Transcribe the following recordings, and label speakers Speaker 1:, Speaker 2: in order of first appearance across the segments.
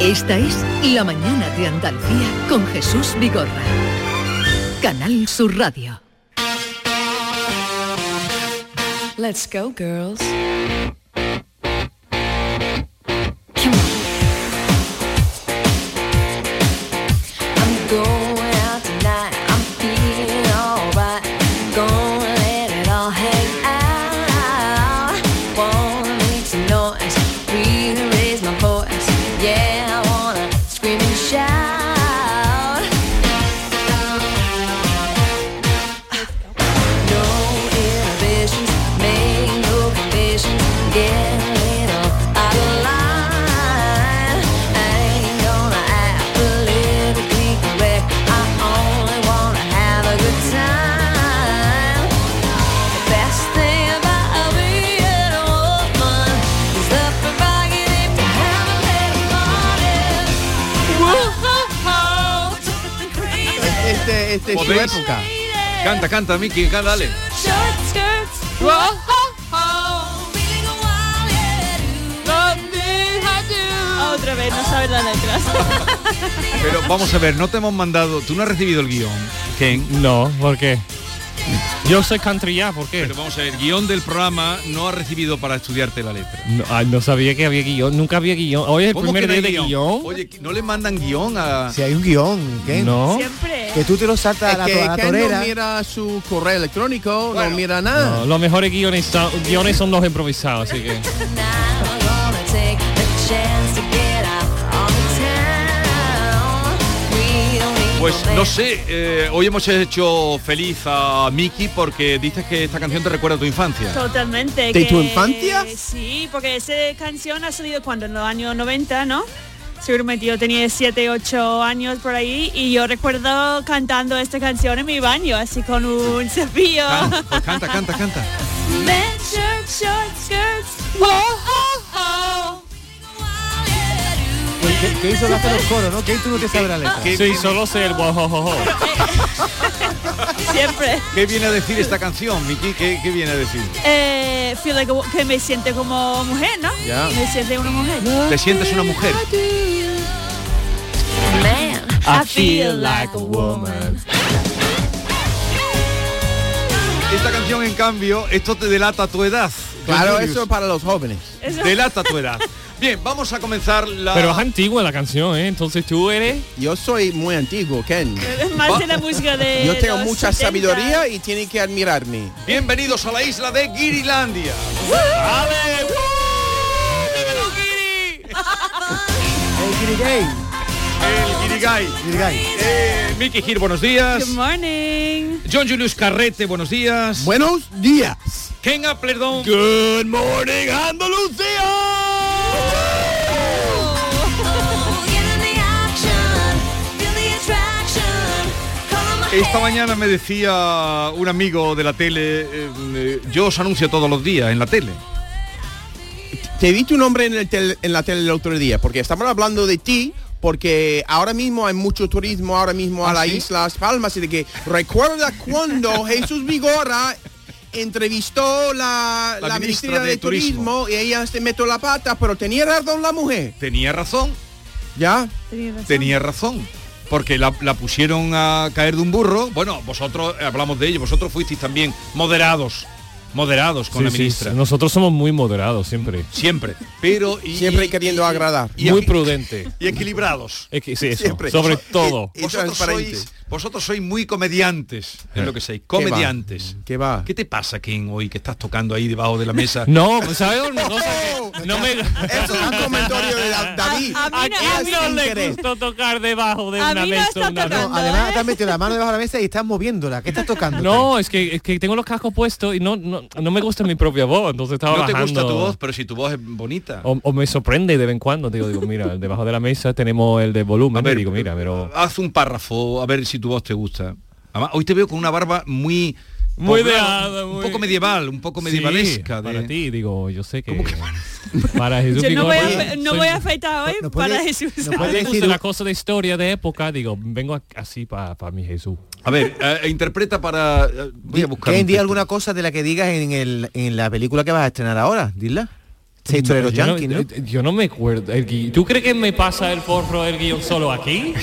Speaker 1: Esta es La Mañana de Andalucía con Jesús Vigorra. Canal Sur Radio.
Speaker 2: Let's go, girls.
Speaker 3: I'm going out tonight. I'm feeling alright. Gonna let it all hang out. Wanna make some noise. Really raise my voice. Yeah, I wanna scream and shout. No inhibitions, make no conditions. Get a little out of line. I ain't gonna act politically correct. I only wanna have a good time. The best thing about being a woman is the prerogative to have a little money. Whoa, it's something crazy.
Speaker 4: Este, este es su
Speaker 5: ¿Podéis?
Speaker 4: época.
Speaker 5: Canta, canta, Miki, canta, dale.
Speaker 3: Short skirts.
Speaker 6: Otra vez, no sabes las letras.
Speaker 5: Pero vamos a ver, no te hemos mandado, tú no has recibido el guión, Ken.
Speaker 7: No, ¿por qué? Yo soy country ya, ¿por qué?
Speaker 5: Pero vamos a ver, guión del programa no has recibido para estudiarte la letra.
Speaker 7: No, ah, no sabía que había guión, nunca había guión. Hoy es el
Speaker 5: ¿Cómo
Speaker 7: primer
Speaker 5: que no
Speaker 7: día
Speaker 5: hay
Speaker 7: de guión.
Speaker 5: Oye, ¿no le mandan guión a...?
Speaker 4: Si hay un guión, ¿qué?
Speaker 7: No,
Speaker 6: Siempre.
Speaker 8: Que tú te lo saltas
Speaker 4: Es
Speaker 8: a la,
Speaker 4: que
Speaker 8: a la
Speaker 4: Ken no
Speaker 8: torera.
Speaker 4: mira su correo electrónico,
Speaker 5: Bueno.
Speaker 4: no mira nada.
Speaker 7: no, los mejores guiones son, guiones son los improvisados, así que.
Speaker 5: Pues no sé, eh, hoy hemos hecho feliz a Miki porque dices que esta canción te recuerda a tu infancia.
Speaker 6: Totalmente.
Speaker 4: ¿De
Speaker 6: que-
Speaker 4: tu infancia?
Speaker 6: Sí, porque esa canción ha salido cuando en los años 90, ¿no? Seguramente yo tenía 7, 8 años por ahí y yo recuerdo cantando esta canción en mi baño, así con un cepillo.
Speaker 4: Ah.
Speaker 5: Canta, pues canta, canta, canta.
Speaker 6: Men shirts, short skirts. Whoa, oh,
Speaker 8: Pues, que, que hizo lo hace los coros, ¿no? Que tú no te sabes la letra.
Speaker 5: ¿Qué,
Speaker 7: Sí, solo sé el guajojojo.
Speaker 6: oh. Siempre.
Speaker 5: qué viene a decir esta canción, Miki? ¿Qué, qué viene a decir?
Speaker 6: Eh, feel like a- que me siento como mujer, ¿no?
Speaker 5: Ya.
Speaker 6: Me siento una mujer.
Speaker 5: ¿Te sientes una mujer?
Speaker 3: Man,
Speaker 7: I feel like a woman.
Speaker 5: Esta canción, en cambio, esto te delata tu edad.
Speaker 4: Claro,
Speaker 5: Julius.
Speaker 4: eso es para los jóvenes.
Speaker 6: Eso-
Speaker 5: Delata tu edad. Bien, vamos a comenzar la...
Speaker 7: Pero ah. es antigua la canción, ¿eh? Entonces tú eres.
Speaker 4: Yo soy muy antiguo, Ken.
Speaker 6: más de la música de
Speaker 4: Yo tengo
Speaker 6: los
Speaker 4: mucha
Speaker 6: 70.
Speaker 4: sabiduría y tienen que admirarme.
Speaker 5: Bienvenidos a la isla de Girilandia. ¡Ale! ¡Woo! ¡Dímelo, Guiri!
Speaker 8: El Guirigay.
Speaker 5: El Guirigay.
Speaker 8: Guirigay.
Speaker 5: Eh, Miki Gir, buenos días.
Speaker 6: Good morning.
Speaker 5: John Julius Carrete, buenos días.
Speaker 4: Buenos días.
Speaker 5: Ken Applerdon.
Speaker 7: Good morning, Andalucía.
Speaker 3: Oh,
Speaker 5: Esta mañana me decía un amigo de la tele, eh, eh, yo os anuncio todos los días en la tele.
Speaker 4: Te vi tu nombre en, el tel- en la tele el otro día, porque estamos hablando de ti, porque ahora mismo hay mucho turismo, ahora mismo a la isla Las Palmas, y de que recuerda cuando Jesús Vigorra entrevistó la,
Speaker 5: La
Speaker 4: la,
Speaker 5: ministra
Speaker 4: ministra,
Speaker 5: de
Speaker 4: de, turismo. y ella se metió la pata, pero tenía razón la mujer,
Speaker 5: Tenía razón,
Speaker 4: ¿ya?
Speaker 5: tenía razón. Porque la, la pusieron a caer de un burro. Bueno, vosotros eh, hablamos de ello, vosotros fuisteis también moderados, moderados con la ministra.
Speaker 7: Nosotros somos muy moderados siempre.
Speaker 5: Siempre. Pero y,
Speaker 4: Siempre
Speaker 5: y-
Speaker 4: queriendo agradar.
Speaker 5: y-
Speaker 7: muy prudente.
Speaker 5: y equilibrados.
Speaker 7: Es que sí, eso,
Speaker 4: Siempre.
Speaker 7: Sobre
Speaker 4: Y-
Speaker 7: todo.
Speaker 4: y-
Speaker 5: Vosotros
Speaker 4: transparente.
Speaker 5: sois, vosotros sois muy comediantes, es lo que sois,
Speaker 4: va?
Speaker 5: comediantes.
Speaker 4: ¿Qué va?
Speaker 5: ¿Qué te pasa, Ken, hoy que estás tocando ahí debajo de la mesa?
Speaker 7: No, ¿sabes? No, sé, no me.
Speaker 4: Eso es un comentario de Da- David.
Speaker 6: A- a mí
Speaker 7: ¿A
Speaker 6: no-
Speaker 7: quién
Speaker 6: mí
Speaker 7: no
Speaker 4: sin
Speaker 7: le
Speaker 4: querer.
Speaker 7: gustó tocar debajo de
Speaker 6: A
Speaker 7: una
Speaker 6: mí no
Speaker 7: mesa
Speaker 6: está
Speaker 7: una
Speaker 6: tocando.
Speaker 7: noche?
Speaker 8: No, además te has metido la mano debajo de la mesa y estás moviéndola. ¿Qué estás tocando?
Speaker 7: No, es que, es que tengo los cascos puestos y no, no, no me gusta mi propia voz, entonces estaba
Speaker 5: No te
Speaker 7: bajando. Oh,
Speaker 5: gusta tu voz, pero si tu voz es bonita.
Speaker 7: O, o me sorprende de vez en cuando, digo, digo, mira, debajo de la mesa tenemos el de volumen, y digo, mira, pero...
Speaker 5: haz un párrafo a ver si tu voz te gusta. Además, hoy te veo con una barba muy
Speaker 7: Muy
Speaker 5: poblada,
Speaker 7: de-
Speaker 5: un
Speaker 7: muy-
Speaker 5: poco medieval, un poco medievalesca.
Speaker 7: Sí,
Speaker 5: de-
Speaker 7: para ti, digo, yo sé que... para Jesús
Speaker 6: Yo no voy
Speaker 7: Vigorra,
Speaker 6: a, no
Speaker 7: soy-
Speaker 6: voy a afeitar hoy
Speaker 8: No puede-
Speaker 6: para Jesús.
Speaker 8: no
Speaker 7: a mí
Speaker 8: puede-
Speaker 7: me gusta
Speaker 8: decir-
Speaker 7: la cosa de historia, de época, digo, vengo a- así para mi Jesús.
Speaker 5: A ver, eh, interpreta para eh, voy a buscar.
Speaker 8: ¿Quién
Speaker 5: un
Speaker 8: di
Speaker 5: texto.
Speaker 8: alguna cosa de la que digas en, el, en la película que vas a estrenar ahora? Dila. historieros
Speaker 7: yo
Speaker 8: yankees,
Speaker 7: no,
Speaker 8: ¿no?
Speaker 7: eh, Yo no me acuerdo. El gui- ¿Tú crees que me pasa el forro el guión solo aquí?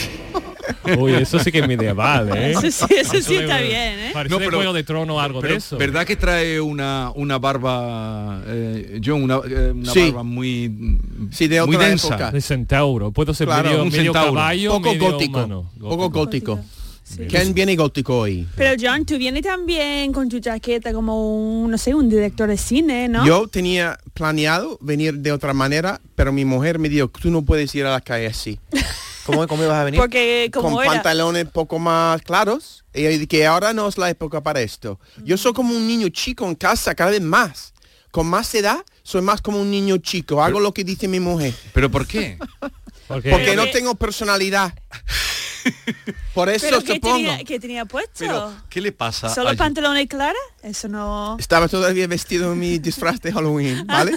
Speaker 7: Uy, eso sí que es medieval, ¿eh?
Speaker 6: Eso sí, eso sí está
Speaker 7: de-
Speaker 6: bien, ¿eh?
Speaker 7: Parece
Speaker 5: No,
Speaker 7: de
Speaker 5: pero-
Speaker 7: Juego de Trono o algo
Speaker 5: Pero,
Speaker 7: de eso.
Speaker 5: ¿Verdad que trae una, una barba, eh, John, una, eh, una
Speaker 4: Sí.
Speaker 5: barba muy,
Speaker 4: Sí, de
Speaker 5: muy
Speaker 4: otra
Speaker 5: densa?
Speaker 4: época.
Speaker 7: De centauro. Puedo ser
Speaker 4: Claro,
Speaker 7: medio,
Speaker 5: un
Speaker 7: medio
Speaker 5: centauro.
Speaker 7: caballo,
Speaker 4: Poco
Speaker 7: medio
Speaker 4: gótico.
Speaker 7: humano.
Speaker 4: Poco gótico.
Speaker 6: Sí.
Speaker 4: Ken viene gótico hoy.
Speaker 6: Pero John, tú vienes también con tu chaqueta como un, no sé, un director de cine, ¿no?
Speaker 4: Yo tenía planeado venir de otra manera, pero mi mujer me dijo, tú no puedes ir a la calle así.
Speaker 8: ¿Cómo, ¿Cómo ibas a venir?
Speaker 6: Porque como
Speaker 4: con
Speaker 6: era...
Speaker 4: pantalones poco más claros. Y ahí que ahora no es la época para esto.
Speaker 6: Mm.
Speaker 4: Yo soy como un niño chico en casa cada vez más. Con más edad, soy más como un niño chico. Hago lo que dice mi mujer.
Speaker 5: ¿Pero por qué?
Speaker 7: Porque,
Speaker 4: Porque no
Speaker 6: que-
Speaker 4: tengo personalidad. Por eso
Speaker 6: ¿Pero qué
Speaker 4: supongo.
Speaker 6: tenía, qué tenía puesto?
Speaker 5: Pero, ¿Qué le pasa?
Speaker 7: Ah,
Speaker 6: ¿Solo
Speaker 5: a-
Speaker 6: pantalones clara? Eso no...
Speaker 4: Estaba todavía vestido en mi disfraz de Halloween, ¿vale?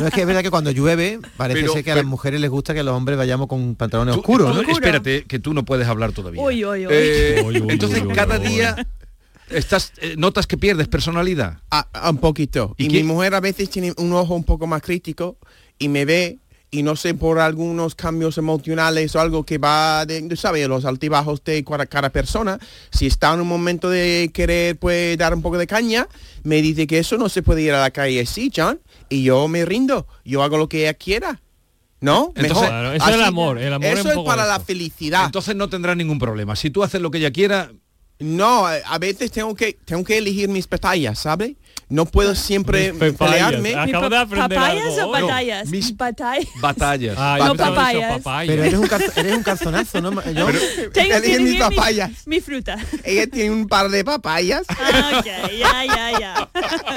Speaker 8: No, es que es verdad que cuando llueve parece
Speaker 5: Pero-
Speaker 8: ser que a
Speaker 5: pero-
Speaker 8: las mujeres les gusta que los hombres vayamos con
Speaker 5: Tú-
Speaker 8: pantalones oscuros,
Speaker 5: tú-
Speaker 8: ¿no?
Speaker 5: Espérate, que tú no puedes hablar todavía.
Speaker 6: Uy, uy, uy.
Speaker 5: Eh,
Speaker 7: Uy, uy,
Speaker 5: entonces
Speaker 7: uy, uy,
Speaker 5: cada
Speaker 7: uy.
Speaker 5: día estás eh, notas que pierdes personalidad.
Speaker 4: A- a un poquito.
Speaker 5: ¿Y
Speaker 4: Y,
Speaker 5: qué-
Speaker 4: mi mujer a veces tiene un ojo un poco más crítico y me ve y no sé por algunos cambios emocionales o algo que va de, tú sabes, los altibajos de cada, cada persona, si está en un momento de querer pues dar un poco de caña, me dice que eso no se puede ir a la calle así, John, y yo me rindo, yo hago lo que ella quiera. ¿No?
Speaker 5: Entonces-
Speaker 4: Mejor.
Speaker 7: Claro, eso es el amor, el amor es
Speaker 4: eso
Speaker 7: un
Speaker 4: es
Speaker 7: poco
Speaker 4: para
Speaker 7: eso.
Speaker 4: la felicidad.
Speaker 5: Entonces no tendrás ningún problema. Si tú haces lo que ella quiera,
Speaker 4: No, a a veces tengo que tengo que elegir mis batallas, ¿sabe? No puedo siempre
Speaker 7: Ah, Mis papayas.
Speaker 4: pelearme.
Speaker 7: Ah,
Speaker 6: ¿Mi
Speaker 7: Acabo de
Speaker 6: pa-
Speaker 7: aprender
Speaker 6: ¿Papayas
Speaker 7: algo
Speaker 6: o
Speaker 7: hoy.
Speaker 6: batallas?
Speaker 5: mis-
Speaker 6: Batallas.
Speaker 5: batallas.
Speaker 7: Ah,
Speaker 6: No
Speaker 7: yo pensaba que eso
Speaker 6: papayas.
Speaker 7: papaya.
Speaker 8: Pero eres un, calz- eres un calzonazo, ¿no? ma- John?
Speaker 6: Tengo
Speaker 4: Elige
Speaker 6: que
Speaker 4: mis
Speaker 6: elegir
Speaker 4: papayas.
Speaker 6: Mi, mi fruta.
Speaker 4: Ella tiene un par de papayas.
Speaker 6: Ah, ok, ya, ya, ya.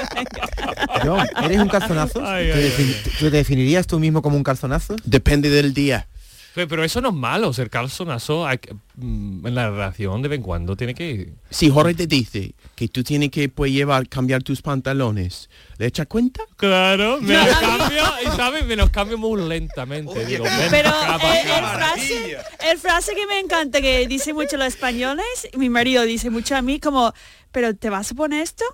Speaker 8: John, ¿eres un calzonazo?
Speaker 7: Ay,
Speaker 8: ¿Te
Speaker 7: ay,
Speaker 8: defin- ¿Tú te definirías tú mismo como un calzonazo?
Speaker 4: Depende del día.
Speaker 7: Pe- Pero eso no es malo, ser calzonazo hay que- mm, en la relación de vez en cuando tiene que...
Speaker 4: Si Jorge te dice que tú tienes que pues, llevar, cambiar tus pantalones, ¿le echas cuenta?
Speaker 7: Claro, me los cambio, y sabes, me los cambio muy lentamente. Digo, ven
Speaker 6: Pero
Speaker 7: acá,
Speaker 6: eh, el,
Speaker 7: papá.
Speaker 6: frase, el frase que me encanta, que dice mucho los españoles, mi marido dice mucho a mí, como, ¿pero te vas a poner esto?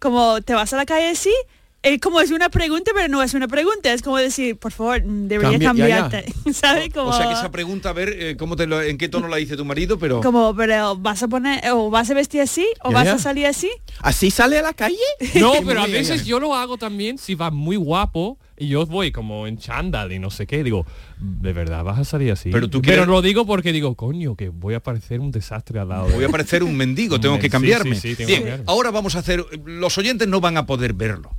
Speaker 6: Como, ¿te vas a la calle así? Es como es una pregunta, pero no es una pregunta. Es como decir, por favor, mm, debería
Speaker 4: Cambia- ya, ya.
Speaker 6: cambiarte. ¿Sabes? Como,
Speaker 5: O sea que esa pregunta, a ver eh, cómo te lo- en qué tono la dice tu marido, pero
Speaker 6: como, pero vas a poner, o vas a vestir así, o
Speaker 4: Ya,
Speaker 6: vas
Speaker 4: ya.
Speaker 6: a salir así.
Speaker 4: ¿Así sale a la calle?
Speaker 7: No, pero a veces yo lo hago también si vas muy guapo y yo voy como en chándal y no sé qué. Digo, ¿de verdad vas a salir así?
Speaker 5: Pero tú quieres-
Speaker 7: lo digo porque digo, coño, que voy a parecer un desastre al lado de...
Speaker 5: voy a parecer un mendigo, tengo
Speaker 7: Sí,
Speaker 5: que cambiarme.
Speaker 7: sí, sí, tengo que
Speaker 5: Bien,
Speaker 7: cambiarme.
Speaker 5: ahora vamos a hacer. Los oyentes no van a poder verlo,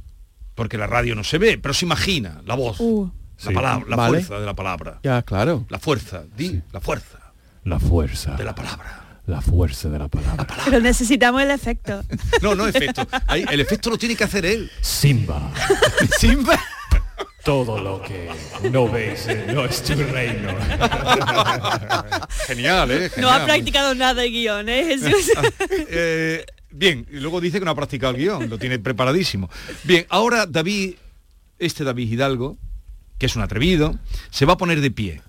Speaker 5: porque la radio no se ve, pero se imagina la voz,
Speaker 6: Uh.
Speaker 5: la
Speaker 7: Sí.
Speaker 5: palabra, la
Speaker 4: Vale.
Speaker 5: fuerza de la palabra,
Speaker 4: Ya, claro.
Speaker 5: la fuerza, di, la fuerza
Speaker 7: La fuerza,
Speaker 5: de la palabra.
Speaker 7: la fuerza de la palabra.
Speaker 6: Pero necesitamos el efecto.
Speaker 5: No, no efecto. Ahí, el efecto lo tiene que hacer él.
Speaker 7: Simba,
Speaker 5: Simba.
Speaker 7: todo lo que no ves eh, no es tu reino.
Speaker 5: Genial, eh.
Speaker 6: No ha
Speaker 5: Genial.
Speaker 6: practicado nada el guión, ¿eh, Jesús?
Speaker 5: Eh, bien, y luego dice que no ha practicado el guión, lo tiene preparadísimo. Bien, ahora David, este David Hidalgo, que es un atrevido, se va a poner de pie.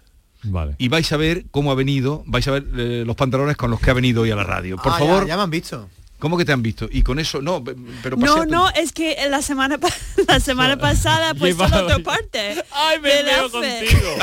Speaker 7: Vale.
Speaker 5: Y vais a ver cómo ha venido, vais a ver eh, los pantalones con los que ha venido hoy a la radio. Por
Speaker 8: Ah, ya-
Speaker 5: favor,
Speaker 8: Ya, me han visto.
Speaker 5: ¿cómo que te han visto? Y con eso, no, pe- pero
Speaker 6: No,
Speaker 5: pasea tú.
Speaker 6: no, es que en la semana pa- la semana pasada pues en
Speaker 7: Llevaba-
Speaker 6: otra parte.
Speaker 7: Ay, me
Speaker 6: del
Speaker 7: veo
Speaker 6: outfit.
Speaker 7: contigo.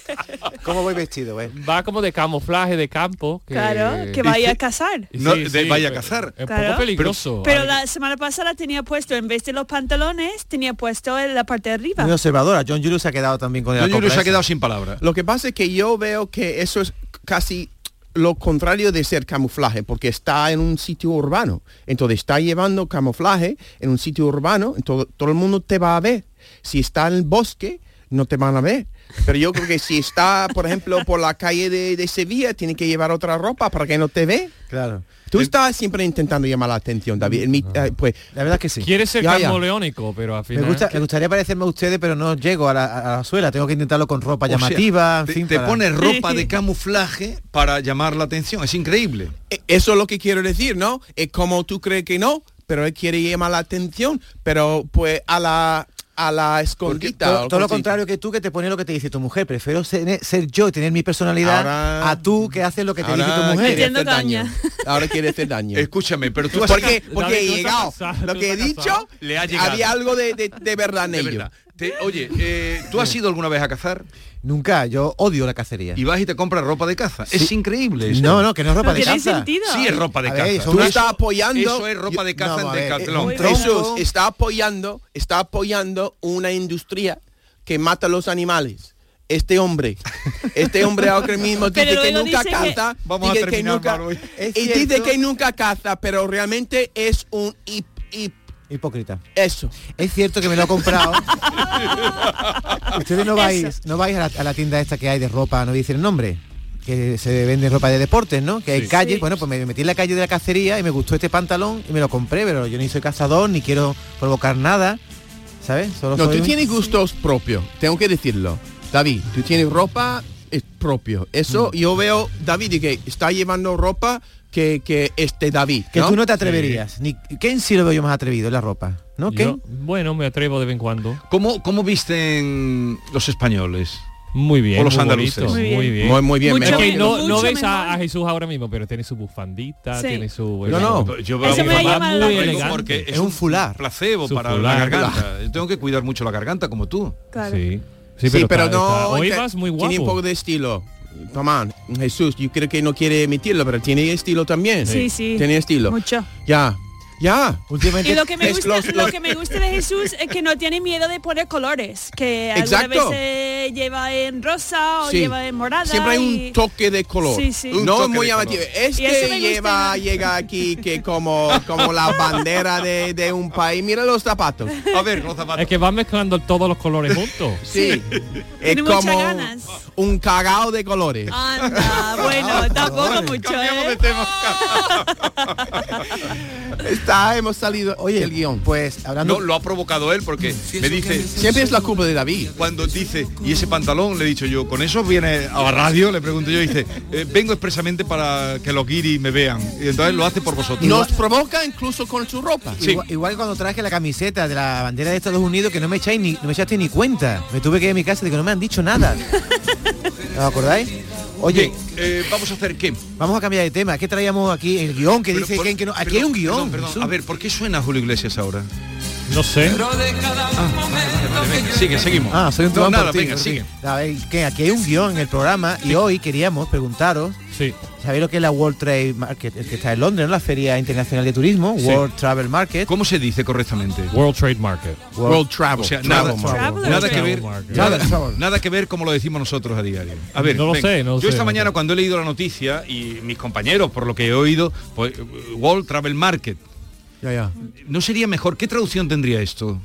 Speaker 6: Porque-
Speaker 8: ¿Cómo voy vestido, eh?
Speaker 7: Va como de camuflaje de campo. que-
Speaker 6: claro, que vaya a cazar.
Speaker 5: No, de vaya a
Speaker 7: pe-
Speaker 5: cazar.
Speaker 7: Es
Speaker 6: Claro.
Speaker 7: poco peligroso.
Speaker 6: Pero
Speaker 7: Ay,
Speaker 6: la semana pasada tenía puesto, en vez de los pantalones, tenía puesto en la parte de arriba.
Speaker 8: Muy observadora. John Julius se ha quedado también con el
Speaker 5: Yo, yo se ha quedado sin palabras.
Speaker 4: Lo que pasa es que yo veo que eso es casi lo contrario de ser camuflaje, porque está en un sitio urbano. Entonces está llevando camuflaje en un sitio urbano, entonces todo el mundo te va a ver. Si está en el bosque, no te van a ver. Pero yo creo que si está, por ejemplo, por la calle de, de Sevilla, tiene que llevar otra ropa para que no te ve.
Speaker 8: Claro.
Speaker 4: Tú estás siempre intentando llamar la atención, David. En mi- eh, pues,
Speaker 8: La verdad es que sí.
Speaker 7: Quiere ser
Speaker 4: Ya, ya.
Speaker 7: camaleónico, pero al
Speaker 8: Me,
Speaker 7: final...
Speaker 8: gusta, me gustaría parecerme a ustedes, pero no llego a la, a la suela. Tengo que intentarlo con ropa
Speaker 5: O sea,
Speaker 8: llamativa. en
Speaker 5: te,
Speaker 8: fin,
Speaker 5: te
Speaker 8: para-
Speaker 5: pones ropa de camuflaje para llamar la atención. Es increíble.
Speaker 4: E- Eso es lo que quiero decir, ¿no? Es como tú crees que no, pero él quiere llamar la atención, pero pues a la a la escondita.
Speaker 8: Todo,
Speaker 4: o
Speaker 8: todo lo
Speaker 4: cosita.
Speaker 8: contrario que tú que te pones lo que te dice tu mujer. Prefiero ser, ser yo y tener mi personalidad
Speaker 4: Ahora-
Speaker 8: a tú que haces lo que te dice tu
Speaker 4: Ahora
Speaker 8: mujer.
Speaker 4: quiere hacer
Speaker 6: Entiendo,
Speaker 4: daño.
Speaker 6: Caña.
Speaker 4: Ahora quiere hacer daño.
Speaker 5: Escúchame, pero tú has
Speaker 4: Porque, porque
Speaker 7: David,
Speaker 4: he
Speaker 7: tú estás
Speaker 4: llegado.
Speaker 7: casado,
Speaker 4: lo
Speaker 7: tú
Speaker 4: que he
Speaker 7: estás
Speaker 4: dicho,
Speaker 7: casado.
Speaker 5: Le ha llegado.
Speaker 4: había algo de, de- de verdad en
Speaker 5: De
Speaker 4: ello.
Speaker 5: verdad. Te- oye, eh, ¿tú has ido alguna vez a cazar?
Speaker 8: Nunca, yo odio la cacería.
Speaker 5: Y vas y te compras ropa de caza. Es increíble. eso.
Speaker 8: No, no, que no es ropa
Speaker 6: No
Speaker 8: de
Speaker 6: tiene
Speaker 8: caza.
Speaker 6: sentido.
Speaker 5: Sí, es ropa de
Speaker 8: A
Speaker 5: caza.
Speaker 8: ver, eso
Speaker 4: Tú
Speaker 8: Eso-
Speaker 4: estás apoyando.
Speaker 5: Eso es ropa de caza
Speaker 8: No, a
Speaker 5: en
Speaker 8: ver,
Speaker 5: Decathlon.
Speaker 6: un tronco.
Speaker 4: Jesús está apoyando, está apoyando una industria que mata a los animales. Este hombre, este hombre ahora mismo dice
Speaker 6: Pero
Speaker 4: que
Speaker 6: luego
Speaker 4: nunca
Speaker 6: dice que-
Speaker 4: caza,
Speaker 5: Vamos a
Speaker 4: dice que
Speaker 5: terminar
Speaker 4: nunca-
Speaker 5: mal hoy.
Speaker 8: Es
Speaker 4: y dice
Speaker 8: cierto.
Speaker 4: que nunca caza, pero realmente es un hip, hip,
Speaker 8: Hipócrita.
Speaker 4: eso.
Speaker 8: Es cierto que me lo he comprado. Ustedes no vais, no vais a la, a la tienda esta que hay de ropa, no dicen el nombre. Que se vende ropa de deportes, ¿no? Que hay calles. Bueno, pues me metí en la calle de la cacería y me gustó este pantalón y me lo compré, pero yo ni soy cazador, ni quiero provocar nada. ¿Sabes? Solo
Speaker 4: No,
Speaker 8: soy
Speaker 4: tú
Speaker 8: un-
Speaker 4: tienes gustos propios, tengo que decirlo. David, tú tienes ropa es propio.
Speaker 8: Mm.
Speaker 4: Eso yo veo, David, y que está llevando ropa que, que este David.
Speaker 8: Que
Speaker 4: ¿no?
Speaker 8: tú no te atreverías. Ni, ¿Qué en sí lo veo yo más atrevido? La ropa. ¿No? ¿Qué?
Speaker 7: Yo- bueno, me atrevo de vez en cuando.
Speaker 5: ¿Cómo, ¿Cómo visten los españoles?
Speaker 7: Muy bien.
Speaker 5: O los
Speaker 7: muy
Speaker 5: andaluces.
Speaker 7: bonito,
Speaker 6: Muy bien.
Speaker 7: Muy bien.
Speaker 4: Muy, muy bien.
Speaker 6: Mucho
Speaker 7: Es
Speaker 4: mejor.
Speaker 7: que no,
Speaker 6: Mucho
Speaker 7: no ves
Speaker 6: mejor.
Speaker 7: a, a Jesús ahora mismo, pero tiene su bufandita,
Speaker 6: Sí.
Speaker 7: tiene su...
Speaker 4: No, no.
Speaker 5: Yo veo
Speaker 6: Eso me ha
Speaker 5: que va
Speaker 6: llamado la
Speaker 5: muy
Speaker 6: atención.
Speaker 5: elegante.
Speaker 7: Porque
Speaker 8: es un fular.
Speaker 5: placebo
Speaker 7: Su
Speaker 5: para la
Speaker 7: fular.
Speaker 5: garganta. Yo tengo que cuidar mucho la garganta como tú.
Speaker 6: Claro.
Speaker 7: Sí.
Speaker 4: Sí, pero,
Speaker 7: está- está-
Speaker 4: no.
Speaker 7: Hoy
Speaker 4: te-
Speaker 7: vas muy
Speaker 4: Tiene un poco
Speaker 7: guapo.
Speaker 4: de estilo. Toma, Jesús, yo creo que no quiere emitirlo, pero tiene estilo también.
Speaker 6: Sí, sí.
Speaker 4: Tiene estilo.
Speaker 6: Mucho.
Speaker 4: Ya, ya.
Speaker 8: Últimamente
Speaker 6: Y lo que me
Speaker 4: Es
Speaker 6: gusta,
Speaker 4: los-
Speaker 6: lo
Speaker 4: los-
Speaker 6: que me gusta de Jesús es que no tiene miedo de poner colores, que algunas
Speaker 4: Exacto.
Speaker 6: veces lleva en rosa o
Speaker 4: Sí.
Speaker 6: lleva en morada.
Speaker 4: Siempre hay un
Speaker 6: y-
Speaker 4: toque de color.
Speaker 6: Sí, sí. Un
Speaker 4: No
Speaker 5: toque
Speaker 4: muy
Speaker 5: de
Speaker 4: llamativo.
Speaker 5: color.
Speaker 6: Y eso me gusta,
Speaker 4: Este lleva,
Speaker 6: ¿no?
Speaker 4: llega aquí que como, como la bandera de, de un país. Mira los zapatos.
Speaker 5: A ver, los zapatos.
Speaker 7: Es que van mezclando todos los colores juntos.
Speaker 4: Sí. Es
Speaker 6: Tiene muchas
Speaker 4: como
Speaker 6: ganas. Ah.
Speaker 4: un cagao de colores.
Speaker 6: Anda, bueno, tampoco mucho,
Speaker 5: Cambiamos de
Speaker 6: ¿eh?
Speaker 5: tema.
Speaker 4: Está, hemos salido. Oye, el guión.
Speaker 8: Pues hablando.
Speaker 5: No, lo ha provocado él porque me dice,
Speaker 4: Siempre es la culpa de David.
Speaker 5: cuando dice, y ese pantalón, le he dicho yo, con eso viene a la radio, le pregunto yo, y dice, "Eh, vengo expresamente para que los guiris me vean. Y entonces lo hace por vosotros.
Speaker 4: Nos provoca incluso con su ropa.
Speaker 5: Sí.
Speaker 8: Igual, igual cuando traje la camiseta de la bandera de Estados Unidos que no me echáis ni no me echaste ni cuenta. Me tuve que ir a mi casa de que no me han dicho nada. ¿Os acordáis? Oye,
Speaker 5: Bien, eh, vamos a hacer qué?
Speaker 8: vamos a cambiar de tema. Es que traíamos aquí el guión que
Speaker 5: Pero
Speaker 8: dice
Speaker 5: por-
Speaker 8: Ken que no. Aquí
Speaker 5: perdón,
Speaker 8: hay un guión.
Speaker 5: perdón, perdón.
Speaker 8: Jesús.
Speaker 5: A ver, ¿por qué suena Julio Iglesias ahora?
Speaker 7: No sé.
Speaker 5: Venga, sigue, seguimos.
Speaker 8: Ah, soy un
Speaker 5: no,
Speaker 8: trompón
Speaker 5: nada,
Speaker 8: por ti,
Speaker 5: venga,
Speaker 8: por ti.
Speaker 5: sigue.
Speaker 8: A ver, que aquí hay un guión en el programa y hoy queríamos preguntaros,
Speaker 7: Sí.
Speaker 8: ¿sabéis lo que es la World Trade Market? El que está en Londres, ¿no? La Feria Internacional de Turismo, World Travel Market.
Speaker 5: ¿Cómo se dice correctamente?
Speaker 7: World Trade Market.
Speaker 4: World Travel.
Speaker 5: O sea,
Speaker 4: Travel
Speaker 5: nada,
Speaker 4: Market.
Speaker 6: Travel
Speaker 5: nada que
Speaker 6: Market.
Speaker 5: ver,
Speaker 7: Travel
Speaker 5: nada,
Speaker 8: Market.
Speaker 5: nada que ver como lo decimos nosotros a diario. A ver,
Speaker 7: No lo sé, no lo
Speaker 5: yo esta
Speaker 7: sé, no
Speaker 5: mañana
Speaker 7: sé.
Speaker 5: cuando he leído la noticia y mis compañeros, por lo que he oído, pues World Travel Market,
Speaker 4: Ya, ya.
Speaker 5: ¿no sería mejor? ¿Qué traducción tendría esto?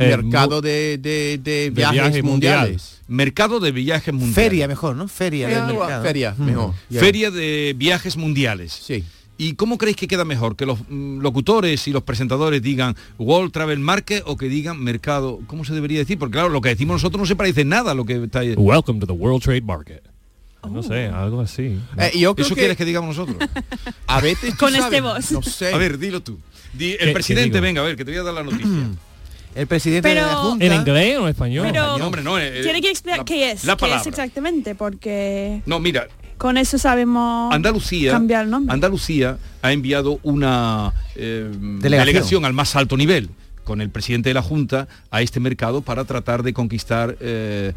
Speaker 7: Eh,
Speaker 4: Mercado de, de- de viajes
Speaker 7: viaje mundial.
Speaker 4: mundiales.
Speaker 5: Mercado de viajes mundiales.
Speaker 8: Feria mejor, ¿no? Feria del
Speaker 4: Feria,
Speaker 8: mercado.
Speaker 4: feria,
Speaker 8: Mm.
Speaker 4: mejor. Ya.
Speaker 5: Feria de viajes mundiales.
Speaker 4: Sí.
Speaker 5: ¿Y cómo creéis que queda mejor? ¿Que los mm, locutores y los presentadores digan World Travel Market o que digan mercado? ¿Cómo se debería decir? Porque claro, lo que decimos nosotros no se parece en nada a lo que está ahí.
Speaker 7: Welcome to the World Trade Market. No sé,
Speaker 6: Oh.
Speaker 7: algo así.
Speaker 4: Eh, yo creo
Speaker 5: ¿Eso
Speaker 4: que,
Speaker 5: quieres que digamos nosotros?
Speaker 4: a veces tú
Speaker 6: Con este
Speaker 4: sabes,
Speaker 6: voz.
Speaker 4: No sé.
Speaker 5: A ver, dilo tú. Di-
Speaker 7: ¿Qué-
Speaker 5: el
Speaker 7: qué
Speaker 5: presidente,
Speaker 7: digo?
Speaker 5: venga, a ver, que te voy a dar la noticia.
Speaker 8: El presidente de la
Speaker 6: Pero-
Speaker 8: Junta.
Speaker 7: ¿En inglés o en español?
Speaker 6: Pero-
Speaker 5: No, hombre, no. eh,
Speaker 6: Tiene que explicar
Speaker 5: la-
Speaker 6: qué es,
Speaker 5: La
Speaker 6: qué
Speaker 5: palabra.
Speaker 6: es exactamente, porque
Speaker 5: No, mira,
Speaker 6: con eso sabemos
Speaker 5: Andalucía,
Speaker 6: cambiar el nombre.
Speaker 5: Andalucía ha enviado una eh, delegación. al más alto nivel con el presidente de la Junta a este mercado para tratar de conquistar eh,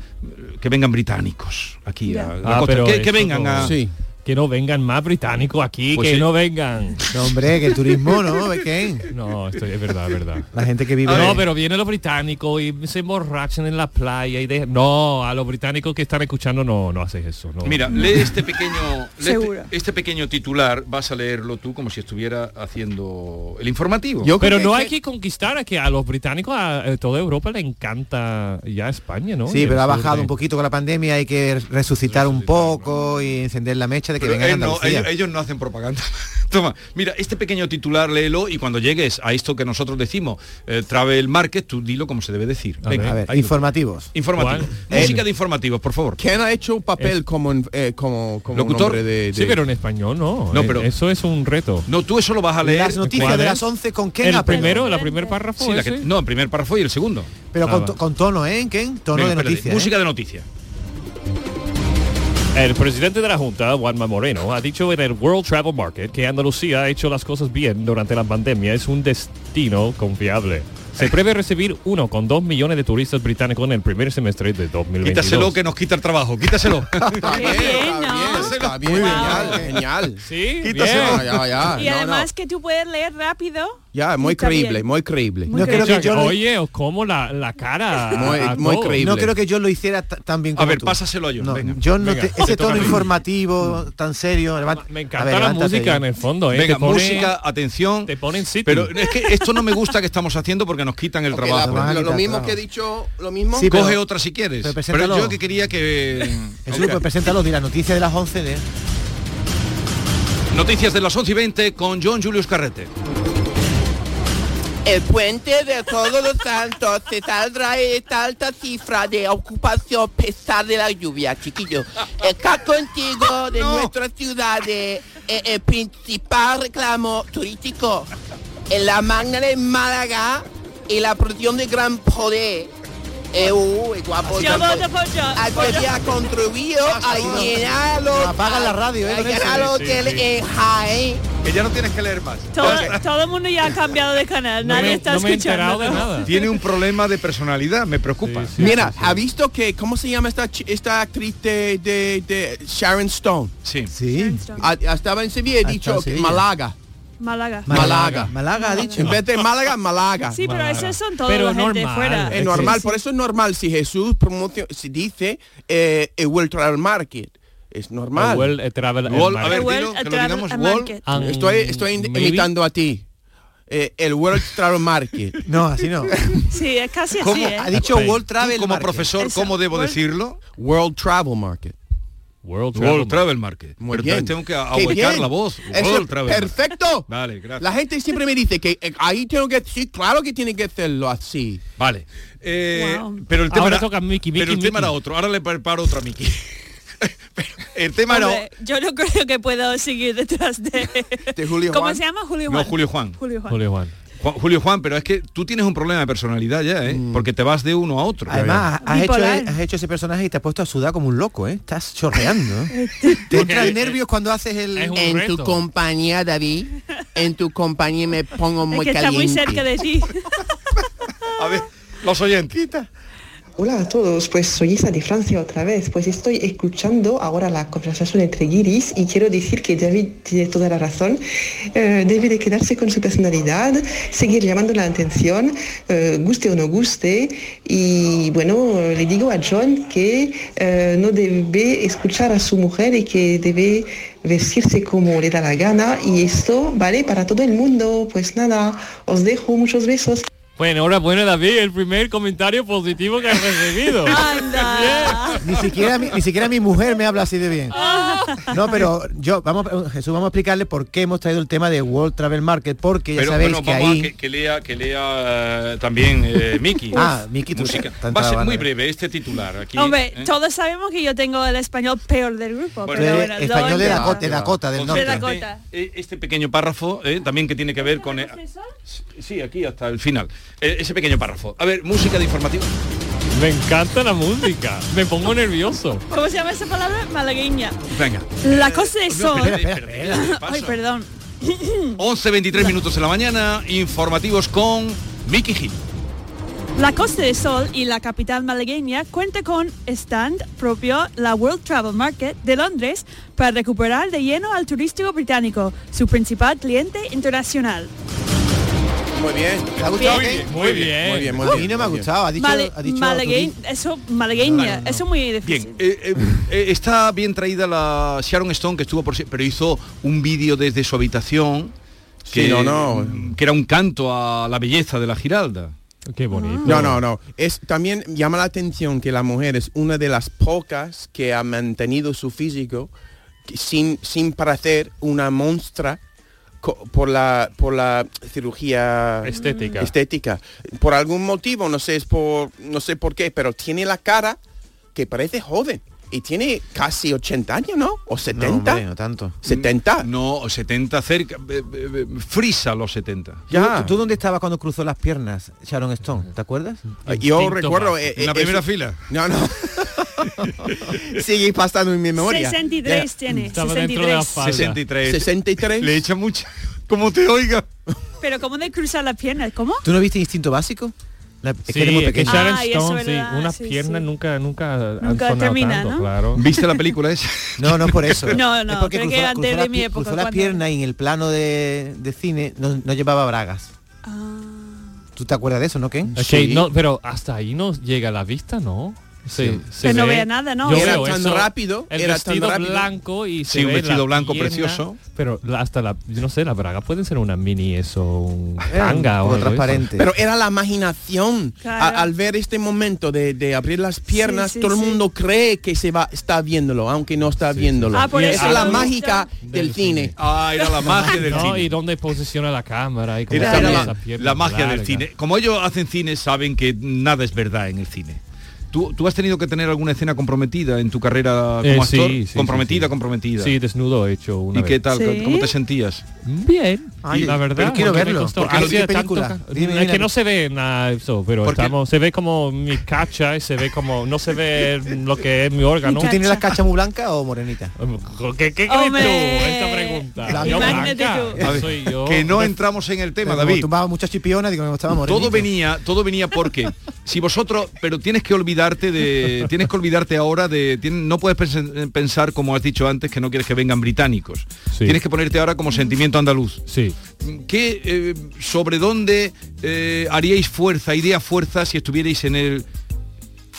Speaker 5: que vengan británicos aquí
Speaker 6: Ya.
Speaker 5: a- a la
Speaker 7: Ah,
Speaker 5: costa.
Speaker 7: pero
Speaker 5: que, que
Speaker 7: eso
Speaker 5: vengan
Speaker 7: no-
Speaker 5: a...
Speaker 4: Sí.
Speaker 7: Que no vengan más británicos aquí,
Speaker 5: Pues
Speaker 7: que
Speaker 5: sí.
Speaker 7: no vengan.
Speaker 8: No, hombre, que el turismo, ¿no? Ken?
Speaker 7: No, esto es verdad, es verdad.
Speaker 8: La gente que vive...
Speaker 7: No, pero vienen los británicos y se emborrachan en la playa y de... No, a los británicos que están escuchando no, no haces eso. No.
Speaker 5: Mira, lee este pequeño lee este-
Speaker 6: Seguro.
Speaker 5: este, pequeño titular, vas a leerlo tú como si estuviera haciendo el informativo.
Speaker 4: Yo creo
Speaker 7: Pero
Speaker 4: que-
Speaker 7: no hay que conquistar a que a los británicos, a, a toda Europa le encanta ya España, ¿no? Y
Speaker 8: Sí,
Speaker 7: el
Speaker 8: pero ha
Speaker 7: sur
Speaker 8: bajado
Speaker 7: de-
Speaker 8: un poquito con la pandemia, hay que resucitar un poco y encender la mecha de que
Speaker 5: Pero
Speaker 8: vengan a
Speaker 5: él no,
Speaker 8: Andalucía.
Speaker 5: ellos, ellos no hacen propaganda. Toma, mira, este pequeño titular, léelo y cuando llegues a esto que nosotros decimos, eh, Travel Market, tú dilo como se debe decir.
Speaker 7: A
Speaker 5: Venga,
Speaker 8: A ver,
Speaker 5: ahí lo-
Speaker 8: informativos.
Speaker 5: informativo.
Speaker 7: ¿Cuál?
Speaker 5: Música
Speaker 7: Eh,
Speaker 5: de informativos, por favor.
Speaker 4: ¿Quién ha hecho un papel como, en- eh, como, como
Speaker 5: Locutor.
Speaker 4: un hombre de, de-
Speaker 7: Sí, pero en español no.
Speaker 5: No,
Speaker 7: Eh,
Speaker 5: pero-
Speaker 7: Eso es un reto.
Speaker 5: No, tú eso lo vas a leer.
Speaker 8: Las noticias
Speaker 7: ¿Cuál
Speaker 8: de
Speaker 7: es?
Speaker 8: las 11 con Ken
Speaker 7: El
Speaker 8: Apple.
Speaker 7: primero, la primer párrafo
Speaker 5: Sí, la que-
Speaker 7: ese.
Speaker 5: no, el primer párrafo y el segundo.
Speaker 8: Pero
Speaker 7: Ah,
Speaker 8: con, to-
Speaker 7: va.
Speaker 8: con tono, ¿eh, Ken? Tono
Speaker 5: Venga,
Speaker 8: de
Speaker 5: espérate.
Speaker 8: noticias. ¿eh?
Speaker 5: Música de noticia.
Speaker 7: El presidente de la Junta, Juanma Moreno, ha dicho en el World Travel Market que Andalucía ha hecho las cosas bien durante la pandemia. Es un destino confiable. Se prevé recibir uno con dos millones de turistas británicos en el primer semestre de 2022.
Speaker 5: Quítaselo que nos quita el trabajo, quítaselo.
Speaker 4: Está bien, genial, genial.
Speaker 7: Sí,
Speaker 4: Quítaselo.
Speaker 7: bien.
Speaker 4: Ya, ya,
Speaker 6: y
Speaker 4: no, no.
Speaker 6: además que tú puedes leer rápido.
Speaker 4: Ya, muy
Speaker 6: Está bien.
Speaker 4: creíble, muy creíble.
Speaker 6: Muy
Speaker 8: No creo
Speaker 6: creíble.
Speaker 8: que yo lo-
Speaker 7: Oye, os como la, la cara. a-
Speaker 4: Muy-
Speaker 7: a
Speaker 4: muy
Speaker 7: todos.
Speaker 4: creíble.
Speaker 8: No creo que yo lo hiciera ta- tan bien
Speaker 5: A
Speaker 8: como
Speaker 5: ver,
Speaker 8: tú.
Speaker 5: pásaselo a John,
Speaker 8: No,
Speaker 5: venga,
Speaker 8: John no
Speaker 5: venga,
Speaker 8: te- ese
Speaker 5: te toca
Speaker 8: tono
Speaker 5: a ti.
Speaker 8: informativo tan serio. levanta-
Speaker 7: Me
Speaker 8: a
Speaker 7: encanta
Speaker 8: ver,
Speaker 7: la
Speaker 8: levántate,
Speaker 7: música
Speaker 8: John.
Speaker 7: en el fondo, ¿eh?
Speaker 5: Venga,
Speaker 7: Te pone-
Speaker 5: música, atención.
Speaker 7: Te ponen sitio.
Speaker 5: Pero es que esto no me gusta que estamos haciendo porque nos quitan el
Speaker 4: Ok, la-
Speaker 5: trabajo.
Speaker 8: Nos van a
Speaker 4: lo, lo
Speaker 8: quitar
Speaker 4: mismo
Speaker 8: trabajo.
Speaker 4: que he dicho, lo mismo.
Speaker 8: Sí,
Speaker 5: Coge
Speaker 8: pero-
Speaker 5: otra si quieres.
Speaker 8: pero
Speaker 5: Pero,
Speaker 8: preséntalo.
Speaker 5: yo que quería que...
Speaker 8: Jesús, pues
Speaker 5: Ok.
Speaker 8: preséntalo, di la noticia de las 11 de...
Speaker 5: Noticias de las 11 y 20 con John Julius Carrete.
Speaker 9: El puente de todos los santos se saldrá en esta alta cifra de ocupación a pesar de la lluvia, chiquillos. Está contigo de
Speaker 5: No.
Speaker 9: nuestras ciudades eh, el principal reclamo turístico. En la magna de Málaga y la producción de gran poder. Eh, uh, el guapo.
Speaker 6: Yo voto por John. por John.
Speaker 9: Había contribuido
Speaker 7: Ah,
Speaker 9: a llenar los...
Speaker 8: Apagan la radio, eh,
Speaker 9: a
Speaker 8: con eso.
Speaker 9: llenar los
Speaker 7: Sí, sí,
Speaker 9: hoteles
Speaker 7: sí.
Speaker 9: en Jaén.
Speaker 5: Que ya no tienes que leer más.
Speaker 6: Todo, todo el mundo ya ha cambiado de canal.
Speaker 7: No
Speaker 6: Nadie
Speaker 7: me,
Speaker 6: está
Speaker 7: no me he enterado
Speaker 6: escuchando.
Speaker 7: de nada.
Speaker 5: Tiene un problema de personalidad, me preocupa.
Speaker 7: Sí, sí.
Speaker 4: Mira, ha visto que, ¿cómo se llama esta, chi- esta actriz de, de- de Sharon Stone?
Speaker 5: Sí.
Speaker 8: Sí.
Speaker 4: Ha- estaba en Sevilla y
Speaker 8: Ah,
Speaker 4: he
Speaker 8: está
Speaker 4: dicho
Speaker 8: en
Speaker 4: que
Speaker 8: Sevilla.
Speaker 4: Málaga.
Speaker 6: Málaga.
Speaker 4: Málaga.
Speaker 8: Málaga ha dicho.
Speaker 4: En vez de Málaga, Málaga.
Speaker 6: Sí, pero esos son todos la
Speaker 7: Pero
Speaker 6: gente
Speaker 7: normal.
Speaker 6: fuera.
Speaker 4: Es normal, por eso es normal. Si Jesús promocio- si dice eh, el World Travel Market, es normal.
Speaker 7: Well, eh, travel-
Speaker 5: Wall, a
Speaker 7: el-
Speaker 5: ver,
Speaker 6: Well,
Speaker 5: dilo, que lo
Speaker 6: travel
Speaker 5: digamos.
Speaker 6: and
Speaker 5: Wall.
Speaker 6: market.
Speaker 7: Ah,
Speaker 4: Estoy, estoy in-
Speaker 7: maybe.
Speaker 4: imitando a ti. Eh, el World Travel Market.
Speaker 8: No, así no.
Speaker 6: Sí, es casi así,
Speaker 5: ¿Cómo?
Speaker 6: ¿eh?
Speaker 8: Ha dicho
Speaker 7: Ok.
Speaker 8: World
Speaker 5: Tú
Speaker 8: Travel
Speaker 5: como
Speaker 8: Market.
Speaker 5: profesor,
Speaker 6: Eso,
Speaker 5: ¿cómo debo
Speaker 6: World-
Speaker 5: decirlo?
Speaker 4: World Travel Market.
Speaker 7: World Travel.
Speaker 5: World Travel Market.
Speaker 4: Muy
Speaker 5: Pero
Speaker 4: bien.
Speaker 5: entonces tengo que
Speaker 4: Qué
Speaker 5: ahuecar
Speaker 4: bien.
Speaker 5: la voz.
Speaker 4: Eso
Speaker 5: World
Speaker 4: es
Speaker 5: Travel Market.
Speaker 4: perfecto.
Speaker 5: Vale, gracias.
Speaker 4: La gente siempre me dice que eh, ahí tengo que sí, claro que tiene que hacerlo así.
Speaker 5: Vale. Eh,
Speaker 6: Wow.
Speaker 5: Pero el tema,
Speaker 7: Ahora
Speaker 5: era,
Speaker 7: toca Mickey,
Speaker 5: pero
Speaker 7: Mickey,
Speaker 5: el tema
Speaker 7: Mickey.
Speaker 5: era otro. Ahora le preparo otra Mickey. Pero el tema era...
Speaker 6: Hombre, yo no creo que puedo seguir detrás de...
Speaker 4: De Julio
Speaker 6: ¿Cómo
Speaker 4: Juan.
Speaker 6: se llama? Julio
Speaker 5: No,
Speaker 6: Juan.
Speaker 5: Julio Juan.
Speaker 6: Julio Juan.
Speaker 7: Julio Juan.
Speaker 5: Juan- Julio Juan, pero es que tú tienes un problema de personalidad ya, ¿eh? Porque te vas de uno a otro.
Speaker 8: Además, has hecho,
Speaker 6: Bipolar.
Speaker 8: has hecho ese personaje y te has puesto a sudar como un loco, ¿eh? Estás chorreando. ¿eh? te entran nervios cuando haces el...
Speaker 7: Es un
Speaker 9: En tu
Speaker 7: reto.
Speaker 9: compañía, David, en tu compañía me pongo
Speaker 6: Es
Speaker 9: muy
Speaker 6: que está
Speaker 9: caliente.
Speaker 6: muy cerca de ti.
Speaker 5: a ver, los oyentes.
Speaker 10: Hola a todos, pues soy Isa de Francia otra vez, pues estoy escuchando ahora la conversación entre Giris y quiero decir que David tiene toda la razón, Eh, debe de quedarse con su personalidad, seguir llamando la atención, eh, guste o no guste, y bueno, eh, le digo a John que eh, no debe escuchar a su mujer y que debe vestirse como le da la gana y esto vale para todo el mundo, pues nada, os dejo muchos besos.
Speaker 7: Bueno, enhorabuena David, el primer comentario positivo que has recibido.
Speaker 6: Anda.
Speaker 8: Ni siquiera, mi, ni siquiera mi mujer me habla así de bien. No, pero yo, vamos, a- Jesús, vamos a explicarle por qué hemos traído el tema de World Travel Market, porque ya
Speaker 5: Pero
Speaker 8: sabéis
Speaker 5: bueno,
Speaker 8: que
Speaker 5: vamos
Speaker 8: ahí...
Speaker 5: a que, que lea, que lea eh, también eh, Mickey.
Speaker 8: Ah, Mickey, tú
Speaker 5: Música.
Speaker 8: tanta
Speaker 5: Va a ser
Speaker 8: banda.
Speaker 5: muy breve este titular. Aquí,
Speaker 6: Hombre,
Speaker 5: ¿eh?
Speaker 6: todos sabemos que yo tengo el español peor del grupo.
Speaker 5: Bueno,
Speaker 8: Tú
Speaker 6: pero
Speaker 8: eres
Speaker 6: bueno,
Speaker 8: español de
Speaker 6: lo-
Speaker 8: Dakota, de Dakota del
Speaker 6: Concéntrate.
Speaker 8: norte.
Speaker 6: Dakota.
Speaker 5: Eh, Este pequeño párrafo, eh, también que tiene que ver con... eh, sí, aquí hasta el final. Eh, ese pequeño párrafo. A ver, música de informativo.
Speaker 7: Me encanta la música. Me pongo nervioso.
Speaker 6: ¿Cómo se llama esa palabra? Malagueña.
Speaker 5: Venga.
Speaker 6: La cosa es son...
Speaker 5: Espera, espera, espera, ¿qué
Speaker 6: Ay,
Speaker 5: pasa?
Speaker 6: perdón.
Speaker 5: 11.23 minutos de la mañana, informativos con Mickey Gil.
Speaker 6: La Costa del Sol y la capital malagueña cuenta con stand propio la World Travel Market de Londres para recuperar de lleno al turístico británico, su principal cliente internacional.
Speaker 4: Muy bien.
Speaker 8: ¿Te ha gustado?
Speaker 5: Muy
Speaker 8: Kate?
Speaker 5: bien,
Speaker 7: Muy
Speaker 4: Muy
Speaker 7: bien.
Speaker 4: bien, muy
Speaker 8: A mí
Speaker 4: bien,
Speaker 8: no me ha
Speaker 4: muy bien.
Speaker 8: gustado, ha dicho...
Speaker 6: Male-
Speaker 8: ha dicho
Speaker 6: malagueñ-
Speaker 8: turista.
Speaker 6: eso malagueña,
Speaker 8: No, no, no.
Speaker 6: eso es muy difícil.
Speaker 5: Bien, eh, eh, está bien traída la Sharon Stone que estuvo por si- pero hizo un vídeo desde su habitación que,
Speaker 4: Sí, no, no.
Speaker 5: que era un canto a la belleza de la Giralda.
Speaker 7: Qué bonito.
Speaker 4: No, no, no. Es, también llama la atención que la mujer es una de las pocas que ha mantenido su físico que- sin, sin parecer una monstrua co- por la, por la cirugía
Speaker 7: Estética.
Speaker 4: estética. Por algún motivo, no sé, es por, no sé por qué, pero tiene la cara que parece joven. Y tiene casi 80 años, ¿no? O
Speaker 8: No, hombre,
Speaker 4: 70.
Speaker 8: no tanto.
Speaker 4: 70.
Speaker 5: No, 70 cerca, eh, eh, eh, frisa los 70.
Speaker 8: ¿Tú, tú dónde estabas cuando cruzó las piernas Sharon Stone? ¿Te acuerdas?
Speaker 4: Yo
Speaker 7: Instinto
Speaker 4: recuerdo...
Speaker 7: básico.
Speaker 4: eh,
Speaker 5: En la
Speaker 4: eh,
Speaker 5: primera
Speaker 4: eso-
Speaker 5: fila.
Speaker 4: No, no. Sigue pasando en mi memoria.
Speaker 6: 63 tiene,
Speaker 7: Estaba dentro de la
Speaker 6: 63.
Speaker 7: falda.
Speaker 5: 63.
Speaker 4: 63.
Speaker 5: Le echa mucha. Como te oiga.
Speaker 6: Pero ¿cómo de cruzar las piernas? ¿Cómo?
Speaker 8: ¿Tú no viste Instinto Básico? La- es que
Speaker 7: Sí,
Speaker 8: era muy
Speaker 7: es que
Speaker 8: pequeña.
Speaker 7: Sharon
Speaker 6: Ay, eso es
Speaker 7: Stone, sí,
Speaker 6: verdad,
Speaker 7: unas
Speaker 6: sí,
Speaker 7: piernas nunca, nunca, han
Speaker 6: Nunca
Speaker 7: sonado
Speaker 6: termina,
Speaker 7: tanto,
Speaker 6: ¿no?
Speaker 7: claro.
Speaker 5: ¿Viste la película esa?
Speaker 8: No, no es por eso.
Speaker 6: No, no,
Speaker 8: es porque
Speaker 6: creo que
Speaker 8: cruzó, la-
Speaker 6: antes
Speaker 8: cruzó
Speaker 6: de
Speaker 8: la
Speaker 6: mi
Speaker 8: pi-
Speaker 6: época,
Speaker 8: cruzó las
Speaker 6: cuando-
Speaker 8: piernas y en el plano de, de cine no, no llevaba bragas. ¿Tú te acuerdas de eso, no, Ken?
Speaker 7: Ok,
Speaker 4: Sí.
Speaker 7: no, pero hasta ahí no llega la vista, ¿no? Se, se
Speaker 6: Que no vea nada, ¿no?
Speaker 7: Yo
Speaker 4: Era
Speaker 7: veo
Speaker 4: tan
Speaker 7: eso,
Speaker 4: rápido,
Speaker 7: El
Speaker 4: era tan
Speaker 7: vestido
Speaker 4: rápido.
Speaker 7: blanco y se
Speaker 5: Sí, un
Speaker 7: ve la
Speaker 5: vestido blanco
Speaker 7: pierna,
Speaker 5: precioso.
Speaker 7: Pero la- hasta la, yo no sé, la braga puede ser una mini eso, un tanga o
Speaker 8: o
Speaker 7: algo de eso.
Speaker 8: transparente.
Speaker 4: Pero era la imaginación.
Speaker 6: Claro.
Speaker 4: A- al ver este momento de, de abrir las piernas,
Speaker 6: Sí, sí,
Speaker 4: todo el
Speaker 6: sí.
Speaker 4: mundo cree que se va, está viéndolo, aunque no está viéndolo.
Speaker 6: Ah, por
Speaker 4: Y
Speaker 6: eso
Speaker 4: Esa es
Speaker 6: me
Speaker 4: la
Speaker 6: gusta.
Speaker 4: mágica del,
Speaker 7: Del
Speaker 4: cine.
Speaker 7: cine.
Speaker 5: Ah, era la magia del
Speaker 7: No, y
Speaker 5: cine.
Speaker 7: dónde posiciona la cámara y cómo
Speaker 5: Era
Speaker 7: sale
Speaker 5: la,
Speaker 7: esa pierna
Speaker 5: la magia
Speaker 7: larga. Eh,
Speaker 5: del cine. Como ellos hacen cine, saben que nada es verdad en el cine. ¿Tú, tú has tenido que tener alguna escena comprometida en tu carrera como
Speaker 7: Eh, sí,
Speaker 5: actor?
Speaker 7: sí, sí,
Speaker 5: comprometida,
Speaker 7: sí.
Speaker 5: comprometida.
Speaker 7: Sí, desnudo he hecho una
Speaker 5: ¿Y qué
Speaker 7: vez.
Speaker 5: tal?
Speaker 6: Sí.
Speaker 5: ¿Cómo te sentías?
Speaker 7: Bien,
Speaker 8: Ay,
Speaker 7: y la verdad.
Speaker 8: pero quiero
Speaker 7: porque me Ah,
Speaker 8: verlo,
Speaker 7: costó.
Speaker 8: porque no
Speaker 7: Hacía
Speaker 8: tiene
Speaker 7: tanto
Speaker 8: película.
Speaker 7: ca-
Speaker 8: Dime,
Speaker 7: es
Speaker 8: dime.
Speaker 7: que no se ve nada eso, pero
Speaker 5: Porque-
Speaker 7: estamos, se ve como mi cacha y se ve como, no se ve lo que es mi órgano. Eh,
Speaker 8: ¿Tú tienes las cachas muy blancas o morenita?
Speaker 7: ¿Qué, qué crees tú?
Speaker 6: Hombre,
Speaker 7: Esta pregunta.
Speaker 8: la
Speaker 7: Yo
Speaker 6: imagínate
Speaker 7: blanca,
Speaker 5: A ver,
Speaker 7: soy yo.
Speaker 5: que no
Speaker 7: De-
Speaker 5: entramos en el tema,
Speaker 8: Pero Como
Speaker 5: David.
Speaker 8: tumbaba muchas chipionas, digo, me estaba morenita.
Speaker 5: Todo venía, todo venía porque si vosotros, pero tienes que olvidarte de, tienes que olvidarte ahora de, tien- no puedes pens- pensar como has dicho antes que no quieres que vengan británicos.
Speaker 7: Sí.
Speaker 5: Tienes que ponerte ahora como sentimiento andaluz.
Speaker 7: Sí.
Speaker 5: ¿Qué, eh, sobre dónde eh, haríais fuerza, idea fuerza si estuvierais en el,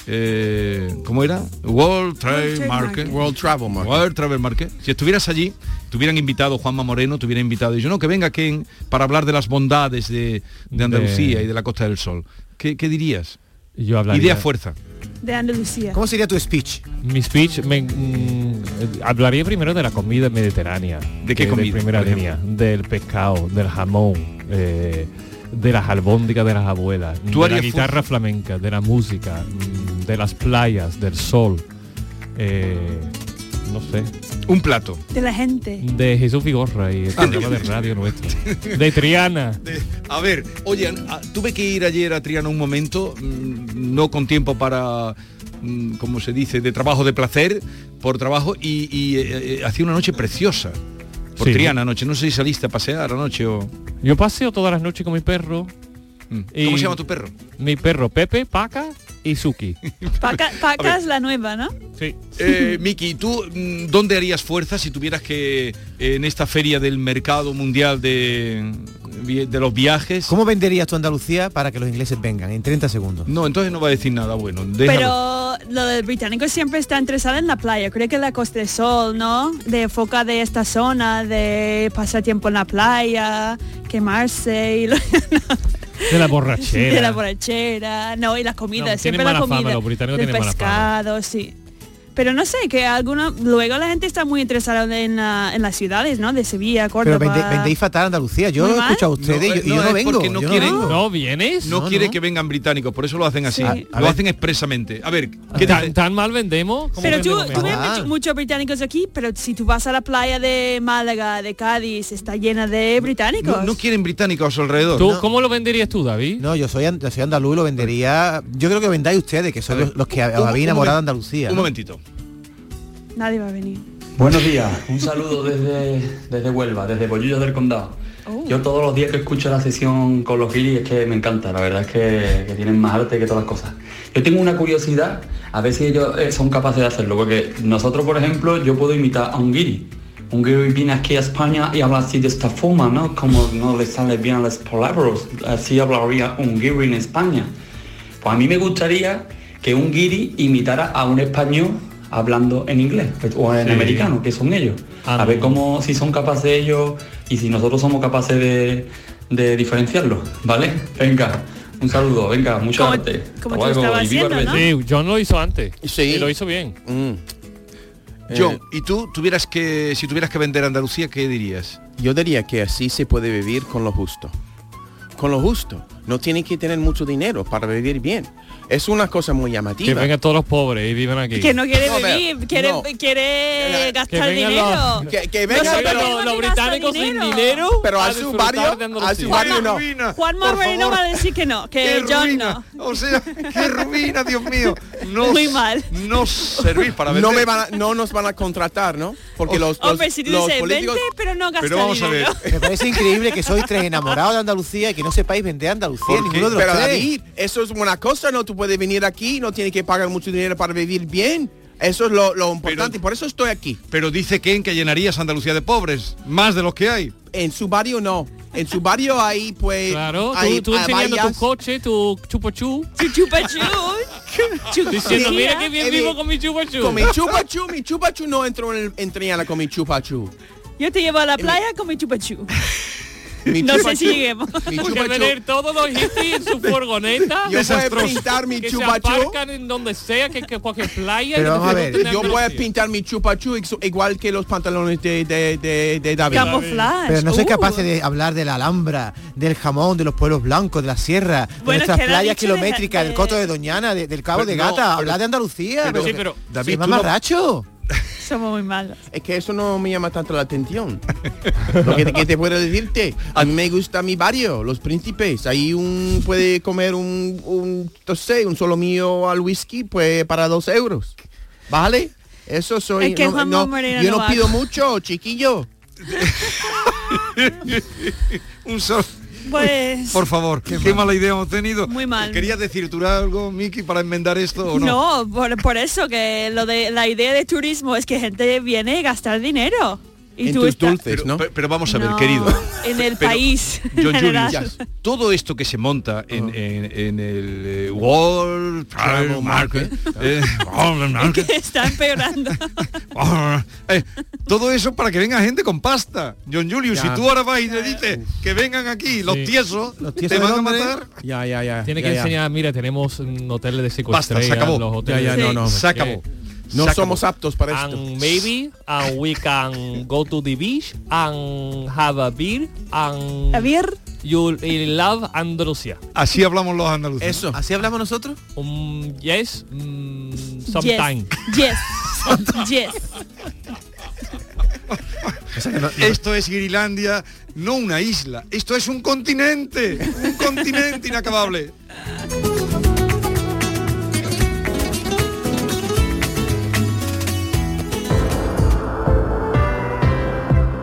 Speaker 5: eh, ¿cómo era? World
Speaker 6: World
Speaker 5: Trade
Speaker 6: Trade
Speaker 5: Market.
Speaker 6: Market.
Speaker 4: World Travel Market.
Speaker 5: World Travel Market. Si estuvieras allí, te hubieran invitado Juanma Moreno, te hubiera invitado y yo no, que venga Ken para hablar de las bondades de, de Andalucía
Speaker 7: De-
Speaker 5: y de la Costa del Sol. ¿Qué, qué dirías?
Speaker 7: Yo hablaría.
Speaker 5: Idea fuerza.
Speaker 6: De Andalucía.
Speaker 8: ¿Cómo sería tu speech?
Speaker 7: Mi speech me, mm, eh, hablaría primero de la comida mediterránea.
Speaker 5: ¿De qué
Speaker 7: que
Speaker 5: comida,
Speaker 7: primera
Speaker 5: por
Speaker 7: línea. Del pescado, del jamón, eh, de las albóndigas de las abuelas,
Speaker 5: ¿Tú
Speaker 7: de la
Speaker 5: harías fu-
Speaker 7: guitarra flamenca, de la música, mm, de las playas, del sol. eh, no sé.
Speaker 5: Un plato.
Speaker 6: De la gente.
Speaker 7: De Jesús Vigorra y el
Speaker 5: Ah,
Speaker 7: programa de radio nuestro. De Triana.
Speaker 5: De- a ver, oye, a- tuve que ir ayer a Triana un momento, mm, no con tiempo para, mm, como se dice, de trabajo de placer, por trabajo, y, y, eh, eh, hacía una noche preciosa. Por
Speaker 7: Sí.
Speaker 5: Triana anoche, no sé si saliste a pasear anoche o...
Speaker 7: Yo paseo todas las noches con mi perro.
Speaker 5: Mm.
Speaker 7: Y-
Speaker 5: ¿Cómo se llama tu perro?
Speaker 7: Mi perro Pepe, Paca y Suki.
Speaker 6: Paca,
Speaker 5: A
Speaker 6: Paca
Speaker 5: ver.
Speaker 6: es la nueva, ¿no?
Speaker 7: Sí.
Speaker 5: Eh, Miki, ¿tú mm, dónde harías fuerza si tuvieras que eh, en esta feria del mercado mundial de, de los viajes?
Speaker 8: ¿Cómo venderías tu Andalucía para que los ingleses vengan en 30 segundos?
Speaker 5: No, entonces no va a decir nada bueno. déjalo.
Speaker 6: Pero lo del británico siempre está interesado en la playa. Creo que la Costa del Sol, ¿no? De foca de esta zona, de pasar tiempo en la playa, quemarse y lo-
Speaker 7: De la borrachera.
Speaker 6: de la borrachera. No, y la comida,
Speaker 7: No,
Speaker 6: siempre
Speaker 7: tienen
Speaker 6: la
Speaker 7: mala fama,
Speaker 6: comida.
Speaker 7: los británicos
Speaker 6: del
Speaker 7: tienen mala fama.
Speaker 6: pescado, sí. Pero no sé, que alguno, luego la gente está muy interesada en, la- en las ciudades, ¿no? De Sevilla,
Speaker 8: Pero
Speaker 6: Córdoba.
Speaker 8: vende- vendéis fatal Andalucía. Yo
Speaker 6: Muy
Speaker 8: he
Speaker 6: mal.
Speaker 8: escuchado a ustedes
Speaker 5: No,
Speaker 8: y yo-
Speaker 5: eh,
Speaker 8: y yo,
Speaker 5: no, es
Speaker 8: no vengo.
Speaker 5: porque no
Speaker 8: yo
Speaker 5: quieren-
Speaker 8: vengo.
Speaker 7: ¿No vienes?
Speaker 5: no,
Speaker 8: no,
Speaker 5: quiere
Speaker 8: no.
Speaker 5: que vengan británicos, por eso lo hacen así.
Speaker 6: Sí. A- a
Speaker 5: lo
Speaker 8: ver.
Speaker 5: hacen expresamente. A ver, ¿qué
Speaker 7: ¿Tan,
Speaker 5: tal?
Speaker 7: tan mal vendemos? ¿Cómo
Speaker 6: Pero tú,
Speaker 7: vendemos
Speaker 6: tú ves
Speaker 7: menos?
Speaker 8: Ah.
Speaker 6: mucho- muchos británicos aquí, pero si tú vas a la playa de Málaga, de Cádiz, está llena de británicos.
Speaker 5: No, no quieren británicos a su alrededor.
Speaker 7: ¿Tú cómo lo venderías tú, David?
Speaker 8: No, yo soy, an- yo soy andaluz, lo vendería. Yo creo que vendáis ustedes, que sois los, los que
Speaker 5: Un-
Speaker 8: os
Speaker 5: un
Speaker 8: habéis
Speaker 5: momen-
Speaker 8: enamorado de Andalucía.
Speaker 5: Un
Speaker 8: ¿no?
Speaker 5: momentito.
Speaker 6: Nadie va a venir.
Speaker 11: Buenos días, un saludo desde, desde Huelva, desde Bollillos del Condado.
Speaker 6: Oh.
Speaker 11: Yo todos los días que escucho la sesión con los guiris es que me encanta, la verdad es que, que tienen más arte que todas las cosas. Yo tengo una curiosidad, a ver si ellos eh, son capaces de hacerlo, porque nosotros, por ejemplo, yo puedo imitar a un guiri. Un guiri viene aquí a España y habla así de esta forma, ¿no? Como no le salen bien las palabras, así hablaría un guiri en España. Pues a mí me gustaría que un guiri imitara a un español hablando en inglés pues, o en
Speaker 7: Sí.
Speaker 11: americano, que son ellos.
Speaker 7: Ah,
Speaker 11: a ver
Speaker 7: no.
Speaker 11: cómo, si son capaces ellos y si nosotros somos capaces de, de diferenciarlos, ¿vale? Venga, un saludo, venga, mucho
Speaker 6: Como-
Speaker 11: arte.
Speaker 6: como
Speaker 11: Hasta luego,
Speaker 6: tú estabas
Speaker 11: y viva
Speaker 6: haciendo,
Speaker 11: el
Speaker 6: ¿no?
Speaker 11: Betis.
Speaker 7: Sí, John lo hizo antes.
Speaker 4: Sí.
Speaker 7: Y lo hizo bien.
Speaker 4: Mm.
Speaker 5: John,
Speaker 4: Eh,
Speaker 5: ¿y tú tuvieras que, si tuvieras que vender Andalucía, qué dirías?
Speaker 4: Yo diría que así se puede vivir con lo justo. Con lo justo. No tiene que tener mucho dinero para vivir bien. Es una cosa muy llamativa.
Speaker 7: Que vengan todos los pobres y vivan aquí.
Speaker 6: Que no quiere
Speaker 4: No, pero-
Speaker 6: vivir, quiere,
Speaker 4: no.
Speaker 6: quiere gastar
Speaker 7: vengan
Speaker 6: dinero.
Speaker 7: los-
Speaker 4: Que, que vengan
Speaker 6: Nosotros
Speaker 4: pero-
Speaker 6: queremos gastar
Speaker 4: Pero
Speaker 7: a
Speaker 4: a su
Speaker 7: disfrutar
Speaker 4: barrio,
Speaker 7: de
Speaker 4: a
Speaker 7: Andalucía.
Speaker 4: su barrio no.
Speaker 6: Juan
Speaker 4: Por
Speaker 6: Moreno
Speaker 4: favor.
Speaker 6: va a decir que no, que John no.
Speaker 5: O sea, qué ruina, Dios mío. No,
Speaker 6: Muy mal.
Speaker 5: No servís para
Speaker 4: No,
Speaker 5: vender.
Speaker 4: me van a- no nos van a contratar, ¿no? Porque los, los,
Speaker 6: Hombre, si tú
Speaker 4: los
Speaker 6: dices,
Speaker 4: políticos...
Speaker 6: vente, pero no gastar
Speaker 4: Pero vamos a
Speaker 6: dinero.
Speaker 8: Me parece increíble que sois tres enamorados de Andalucía y que no sepáis vender a Andalucía
Speaker 4: ¿Por qué?
Speaker 8: ninguno de los
Speaker 4: Pero
Speaker 8: tres.
Speaker 4: David, eso es una cosa, ¿no? Tú puedes venir aquí, no tienes que pagar mucho dinero para vivir bien. Eso es lo, lo importante, por eso estoy aquí.
Speaker 5: Pero dice Ken que llenarías Andalucía de pobres, más de los que hay.
Speaker 4: En su barrio no. En su barrio ahí pues...
Speaker 7: Claro,
Speaker 4: hay
Speaker 7: tú, tú enseñando tu
Speaker 4: vallas.
Speaker 7: coche, tu chupa chu.
Speaker 6: Chupa chup. Chup
Speaker 7: Diciendo,
Speaker 6: chup.
Speaker 7: mira qué bien
Speaker 4: Eh,
Speaker 7: vivo
Speaker 4: bien.
Speaker 7: con mi chupa chu.
Speaker 4: Con mi chupa chu, mi chupa chu no entro en el, en Triana con mi chupa chu.
Speaker 6: Yo te llevo a la playa con mi chupa chup.
Speaker 4: Mi
Speaker 6: No
Speaker 4: chupa
Speaker 6: sé si
Speaker 4: chu-
Speaker 6: lleguemos.
Speaker 4: Mi
Speaker 7: Porque
Speaker 4: chupa chu.
Speaker 7: tener todos los hippies en su furgoneta.
Speaker 4: Yo voy
Speaker 5: Desastroso.
Speaker 4: a pintar mi
Speaker 7: que
Speaker 4: chupa
Speaker 7: se
Speaker 4: chu.
Speaker 7: aparcan en donde sea, que, que cualquier playa.
Speaker 8: Pero
Speaker 7: y
Speaker 8: vamos a
Speaker 7: no
Speaker 8: ver,
Speaker 7: tienen
Speaker 4: Yo voy a
Speaker 7: Andalucía.
Speaker 4: pintar mi chupa chu ex- igual que los pantalones de, de, de, de David.
Speaker 6: Camuflaje.
Speaker 8: Pero no sois
Speaker 6: Uh.
Speaker 8: capaces de hablar de la Alhambra, del jamón, de los pueblos blancos, de la sierra, de
Speaker 6: Bueno,
Speaker 8: nuestras
Speaker 6: que él ha
Speaker 8: playas
Speaker 6: dicho de-
Speaker 8: kilométricas,
Speaker 6: de-
Speaker 8: del Coto de Doñana, de- del Cabo
Speaker 5: Pero
Speaker 8: de
Speaker 5: no,
Speaker 8: Gata,
Speaker 5: pero-
Speaker 8: hablar de Andalucía.
Speaker 5: pero-
Speaker 7: Sí, pero,
Speaker 5: David,
Speaker 8: David,
Speaker 5: tú no-
Speaker 8: mamarracho.
Speaker 6: Uh, Somos muy malos.
Speaker 4: Es que eso no me llama tanto la atención. Lo que, que te puedo decirte, a mí me gusta mi barrio, Los Príncipes. Ahí un puede comer un, un no sé, un solo mío al whisky pues para dos euros. ¿Vale? Eso soy.
Speaker 6: Es que
Speaker 4: no-
Speaker 6: Juan
Speaker 4: no,
Speaker 6: Moreno
Speaker 4: yo
Speaker 6: no
Speaker 4: no
Speaker 6: va.
Speaker 4: pido mucho, chiquillo.
Speaker 5: Un sol.
Speaker 6: Pues...
Speaker 5: Por favor, qué, mala idea hemos tenido.
Speaker 6: Muy mal.
Speaker 5: ¿Querías decir tú algo, Miki, para enmendar esto o no?
Speaker 6: No, por, por eso que lo de la idea de turismo es que gente viene a gastar dinero. Y
Speaker 4: En
Speaker 6: tú
Speaker 4: tus
Speaker 6: estás-
Speaker 4: dulces.
Speaker 5: Pero,
Speaker 4: ¿no?
Speaker 5: pe- pero vamos a ver,
Speaker 6: No,
Speaker 5: querido.
Speaker 6: En el
Speaker 5: Pero-
Speaker 6: país.
Speaker 5: John
Speaker 6: en
Speaker 5: Julius,
Speaker 6: general.
Speaker 5: todo esto que se monta en, en- en el eh, World Travel
Speaker 4: Travel
Speaker 5: Market, eh, World
Speaker 6: Que
Speaker 5: Market,
Speaker 6: está empeorando.
Speaker 5: World- eh, todo eso para que venga gente con pasta. John Julius,
Speaker 4: Ya.
Speaker 5: si tú ahora vas y le dices que vengan aquí los
Speaker 7: Sí.
Speaker 5: tiesos,
Speaker 8: Los
Speaker 5: te
Speaker 8: tiesos
Speaker 5: van
Speaker 8: de
Speaker 5: a
Speaker 8: Londres.
Speaker 5: matar.
Speaker 4: Ya, ya, ya.
Speaker 7: Tiene
Speaker 4: ya,
Speaker 7: que
Speaker 4: ya.
Speaker 7: enseñar, mira, tenemos un hotel de cinco
Speaker 5: Basta, se
Speaker 7: estrellas,
Speaker 5: acabó.
Speaker 7: los
Speaker 4: Ya,
Speaker 7: hoteles
Speaker 4: ya, no,
Speaker 6: Sí.
Speaker 4: no.
Speaker 5: Se acabó.
Speaker 4: No
Speaker 5: Se acabó.
Speaker 4: somos aptos para esto.
Speaker 7: And maybe and we can go to the beach and have a beer and
Speaker 6: Javier,
Speaker 7: you love Andalucía.
Speaker 5: Así hablamos los andaluces.
Speaker 4: Eso.
Speaker 8: ¿Así hablamos nosotros?
Speaker 7: Um, yes, mm, sometime.
Speaker 6: Yes. Yes. yes.
Speaker 5: Esto es Grilandia, no una isla. Esto es un continente, un continente inacabable.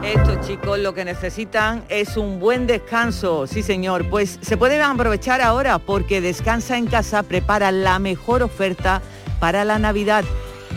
Speaker 12: Estos chicos lo que necesitan es un buen descanso, sí señor. Pues se pueden aprovechar ahora porque Descansa en Casa prepara la mejor oferta para la Navidad.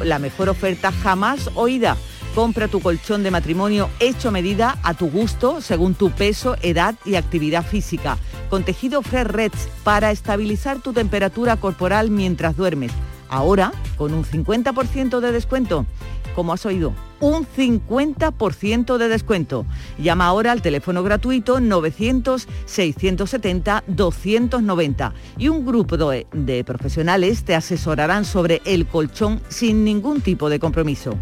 Speaker 12: La mejor oferta jamás oída. Compra tu colchón de matrimonio hecho a medida a tu gusto, según tu peso, edad y actividad física, con tejido Fresh Reds para estabilizar tu temperatura corporal mientras duermes. Ahora, con un 50% de descuento. Como has oído, un 50% de descuento. Llama ahora al teléfono gratuito 900-670-290 y un grupo de, de profesionales te asesorarán sobre el colchón sin ningún tipo de compromiso.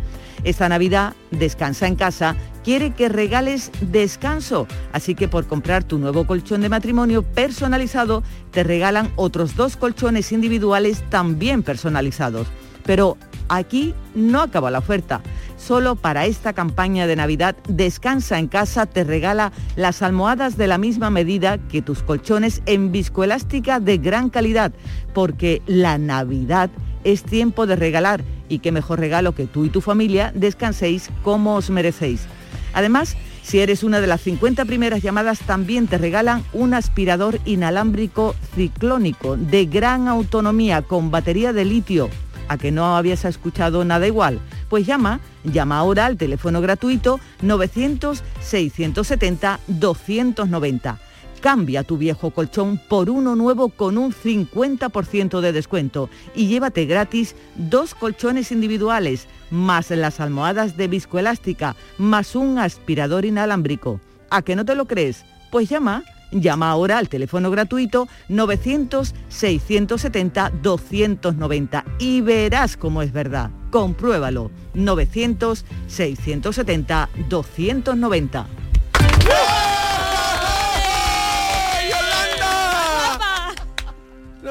Speaker 12: Esta Navidad, Descansa en casa quiere que regales descanso, así que por comprar tu nuevo colchón de matrimonio personalizado, te regalan otros dos colchones individuales también personalizados. Pero aquí no acaba la oferta. Solo para esta campaña de Navidad, Descansa en casa te regala las almohadas de la misma medida que tus colchones en viscoelástica de gran calidad, porque la Navidad es tiempo de regalar y qué mejor regalo que tú y tu familia descanséis como os merecéis. Además, si eres una de las 50 primeras llamadas, también te regalan un aspirador inalámbrico ciclónico de gran autonomía con batería de litio. ¿A que no habías escuchado nada igual? Pues llama, llama ahora al teléfono gratuito 900-670-290. Cambia tu viejo colchón por uno nuevo con un 50% de descuento y llévate gratis dos colchones individuales, más las almohadas de viscoelástica, más un aspirador inalámbrico. ¿A que no te lo crees? Pues llama, llama ahora al teléfono gratuito 900-670-290 y verás cómo es verdad. Compruébalo. 900-670-290.
Speaker 4: ¡Yolanda!
Speaker 6: Pa.
Speaker 4: No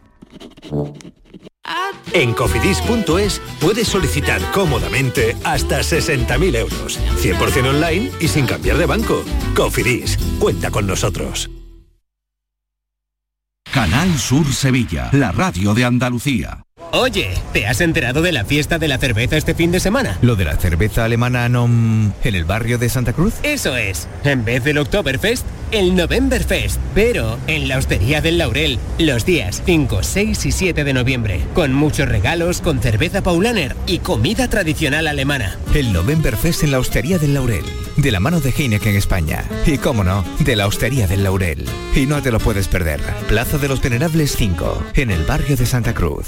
Speaker 13: En cofidis.es puedes solicitar cómodamente hasta 60.000 euros, 100% online y sin cambiar de banco. Cofidis, cuenta con nosotros.
Speaker 14: Canal Sur Sevilla, la radio de Andalucía.
Speaker 15: Oye, ¿te has enterado de la fiesta de la cerveza este fin de semana?
Speaker 16: ¿Lo de la cerveza alemana NOM en el barrio de Santa Cruz?
Speaker 15: Eso es. En vez del Oktoberfest, el Novemberfest, pero en la Hostería del Laurel, los días 5, 6 y 7 de noviembre, con muchos regalos, con cerveza paulaner y comida tradicional alemana.
Speaker 16: El Novemberfest en la Hostería del Laurel, de la mano de Heineken España. Y cómo no, de la Hostería del Laurel. Y no te lo puedes perder. Plaza de los Venerables 5, en el barrio de Santa Cruz.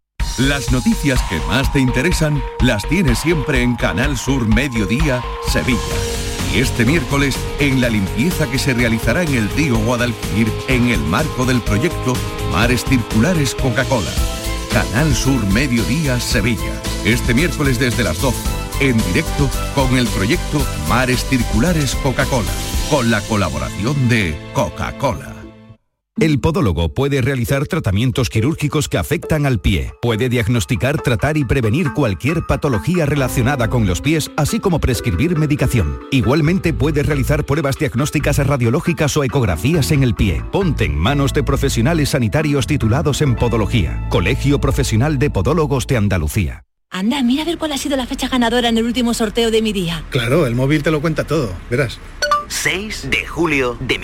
Speaker 14: Las noticias que más te interesan las tienes siempre en Canal Sur Mediodía, Sevilla. Y este miércoles, en la limpieza que se realizará en el río Guadalquivir en el marco del proyecto Mares Circulares Coca-Cola. Canal Sur Mediodía, Sevilla. Este miércoles desde las 12, en directo con el proyecto Mares Circulares Coca-Cola, con la colaboración de Coca-Cola.
Speaker 17: El podólogo puede realizar tratamientos quirúrgicos que afectan al pie. Puede diagnosticar, tratar y prevenir cualquier patología relacionada con los pies, así como prescribir medicación. Igualmente puede realizar pruebas diagnósticas radiológicas o ecografías en el pie. Ponte en manos de profesionales sanitarios titulados en podología. Colegio Profesional de Podólogos de Andalucía.
Speaker 18: Anda, mira a ver cuál ha sido la fecha ganadora en el último sorteo de mi día.
Speaker 19: Claro, el móvil te lo cuenta todo, verás.
Speaker 20: 6 de julio de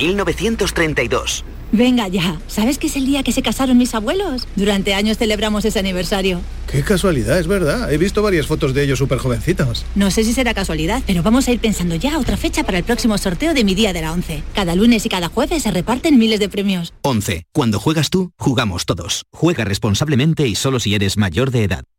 Speaker 20: 1932.
Speaker 18: Venga ya, ¿sabes que es el día que se casaron mis abuelos? Durante años celebramos ese aniversario.
Speaker 19: Qué casualidad, es verdad. He visto varias fotos de ellos súper jovencitos.
Speaker 18: No sé si será casualidad, pero vamos a ir pensando ya otra fecha para el próximo sorteo de mi día de la 11. Cada lunes y cada jueves se reparten miles de premios.
Speaker 17: 11. Cuando juegas tú, jugamos todos. Juega responsablemente y solo si eres mayor de edad.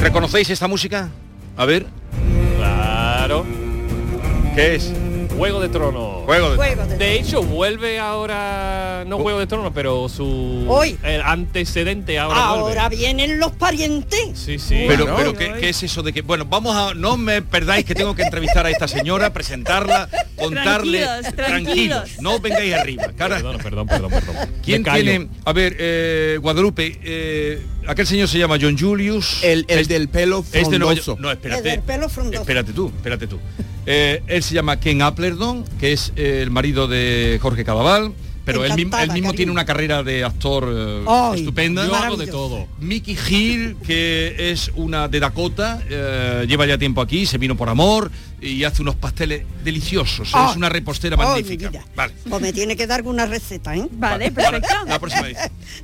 Speaker 5: ¿Reconocéis esta música? A ver.
Speaker 7: Claro.
Speaker 5: ¿Qué es?
Speaker 7: Juego de Tronos.
Speaker 5: Juego de,
Speaker 7: Tronos. De hecho, vuelve ahora, no Juego de Tronos, pero su
Speaker 21: Hoy.
Speaker 7: el antecedente ahora.
Speaker 21: Ahora
Speaker 7: vuelve.
Speaker 21: vienen los parientes.
Speaker 7: Sí, sí.
Speaker 5: Pero,
Speaker 7: Claro.
Speaker 5: pero ¿qué, qué es eso de que.? Bueno, vamos a. No me perdáis que tengo que entrevistar a esta señora, presentarla, contarle.
Speaker 21: Tranquilos, tranquilos.
Speaker 5: no vengáis arriba. cara.
Speaker 7: Perdón, perdón, perdón, perdón.
Speaker 5: ¿Quién
Speaker 7: Me callo.
Speaker 5: tiene.? A ver, eh, Guadalupe, eh, aquel señor se llama John Julius. Este
Speaker 4: El, el
Speaker 7: Este
Speaker 4: del pelo
Speaker 5: Es de Nueva
Speaker 4: frondoso.
Speaker 5: York. No,
Speaker 21: El
Speaker 5: espérate.
Speaker 21: del pelo frondoso.
Speaker 5: Espérate tú, espérate tú. Eh, él se llama Ken Applerdon, que es eh, el marido de Jorge Cadaval, pero él, mim-
Speaker 21: Encantada,
Speaker 5: él mismo
Speaker 21: cariño.
Speaker 5: tiene una carrera de actor eh,
Speaker 21: Ay,
Speaker 5: estupenda.
Speaker 7: Yo hago de todo.
Speaker 5: Mickey Hill, que es una de Dakota, eh, lleva ya tiempo aquí, se vino por amor y hace unos pasteles deliciosos.
Speaker 21: Ay.
Speaker 5: es una repostera
Speaker 21: Ay,
Speaker 22: Oh,
Speaker 5: magnífica.
Speaker 21: mi vida.
Speaker 5: Vale.
Speaker 21: Pues me tiene que dar una receta, ¿eh?
Speaker 6: Vale,
Speaker 5: Para
Speaker 6: perfecto.
Speaker 5: la próxima vez.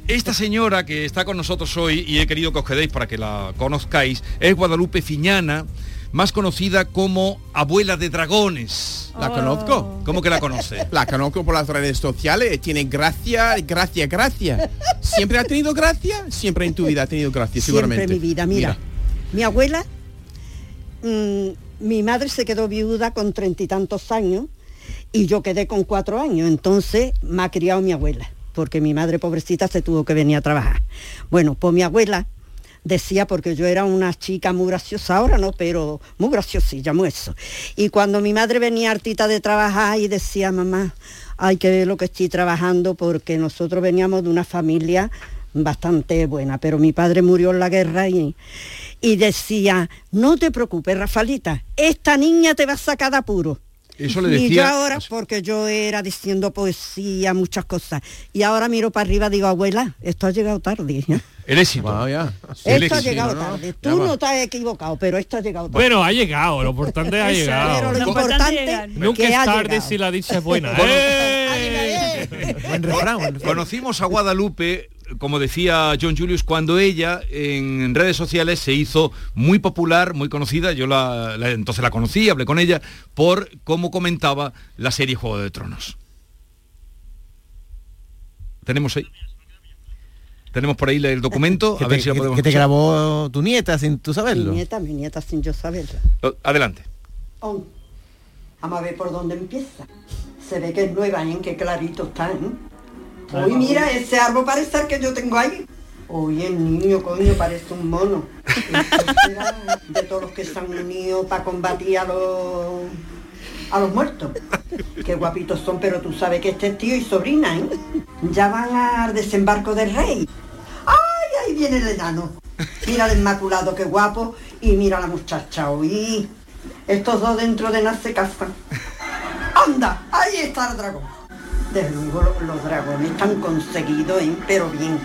Speaker 5: Esta señora que está con nosotros hoy y he querido que os quedéis para que la conozcáis es Guadalupe Fiñana, más conocida como abuela de dragones.
Speaker 4: La
Speaker 8: Oh.
Speaker 6: Oh.
Speaker 4: conozco.
Speaker 5: ¿Cómo que la conoce?
Speaker 4: La conozco por las redes sociales. Tiene gracia, gracia, gracia. ¿Siempre ha tenido gracia? Siempre en tu vida ha tenido gracia,
Speaker 22: Siempre
Speaker 4: seguramente.
Speaker 22: en mi vida, mira. Mi abuela, mm, mi madre se quedó viuda con treinta y tantos años y yo quedé con cuatro años, entonces me ha criado mi abuela, porque mi madre pobrecita se tuvo que venir a trabajar. Bueno, pues mi abuela decía, porque yo era una chica muy graciosa, ahora no, pero muy graciosilla, muy eso. Y cuando mi madre venía hartita de trabajar y decía, mamá, hay que ver lo que estoy trabajando, porque nosotros veníamos de una familia bastante buena, pero mi padre murió en la guerra y, y decía, no te preocupes, Rafalita, esta niña te va a sacar de apuro.
Speaker 5: Eso le
Speaker 22: Y yo
Speaker 5: decía...
Speaker 22: ahora, porque yo era diciendo poesía, muchas cosas, y ahora miro para arriba y digo, abuela, esto ha llegado tarde.
Speaker 5: El éxito.
Speaker 22: esto ha llegado tarde. Tú no te has equivocado, pero esto ha llegado tarde.
Speaker 7: Bueno, ha llegado, lo importante ha
Speaker 22: Eso, pero
Speaker 7: llegado.
Speaker 22: lo importante
Speaker 7: Nunca
Speaker 22: que
Speaker 7: es
Speaker 22: ha
Speaker 7: tarde
Speaker 22: llegado.
Speaker 7: si la dicha es buena. ¿eh?
Speaker 5: Bueno,
Speaker 7: Buen refrán.
Speaker 5: Conocimos a Guadalupe, como decía John Julius, cuando ella en redes sociales se hizo muy popular, muy conocida. Yo la, la- entonces la conocí, hablé con ella por cómo comentaba la serie Juego de Tronos. Tenemos ahí. Tenemos por ahí el documento, a
Speaker 8: Eh, Que
Speaker 5: ver
Speaker 8: te,
Speaker 5: si lo
Speaker 8: que-
Speaker 5: podemos
Speaker 8: que te
Speaker 5: escuchar.
Speaker 8: grabó tu nieta sin tú saberlo.
Speaker 22: Mi nieta, mi nieta sin yo saberlo.
Speaker 5: Oh, Adelante.
Speaker 22: On. Oh, Vamos a ver por dónde empieza. Se ve que es nueva, ¿eh? Que clarito está, ¿eh? Uy, mira, ese árbol parece el que yo tengo ahí. Uy, el niño, coño, parece un mono. Esto será de todos los que se han unido para combatir a los, a los muertos. Qué guapitos son, pero tú sabes que este es tío y sobrina, ¿eh? Ya van al desembarco del rey. ¡Ay, ahí viene el enano! Mira el inmaculado, qué guapo. Y mira la muchacha, uy. Estos dos dentro de nada se casan. ¡Anda! Ahí está el dragón. Desde luego lo- los dragones están conseguidos, ¿eh? pero bien.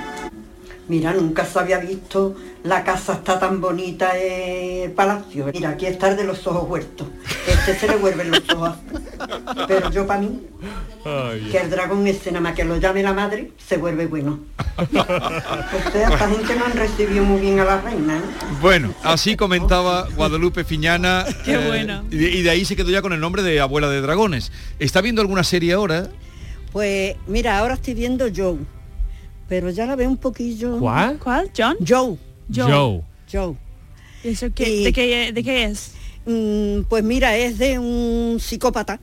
Speaker 22: Mira, nunca se había visto la casa está tan bonita, eh, el palacio. Mira, aquí está el de los ojos huertos. Este se le vuelven los ojos. azules. Pero yo para mí, que el dragón ese nada más que lo llame la madre, se vuelve bueno. O sea, esta gente no han recibido muy bien a la reina, ¿eh?
Speaker 5: Bueno, así comentaba Guadalupe Fiñana.
Speaker 22: Qué
Speaker 5: eh,
Speaker 22: bueno.
Speaker 5: y, de, y de ahí se quedó ya con el nombre de Abuela de Dragones. ¿Está viendo alguna serie ahora?
Speaker 22: Pues mira, ahora estoy viendo Joe, pero ya la veo un poquillo.
Speaker 5: ¿Cuál?
Speaker 22: ¿Cuál? John. Joe.
Speaker 5: Joe. Joe.
Speaker 22: Joe.
Speaker 23: qué- de qué- de qué
Speaker 22: es? pues mira, es de un psicópata,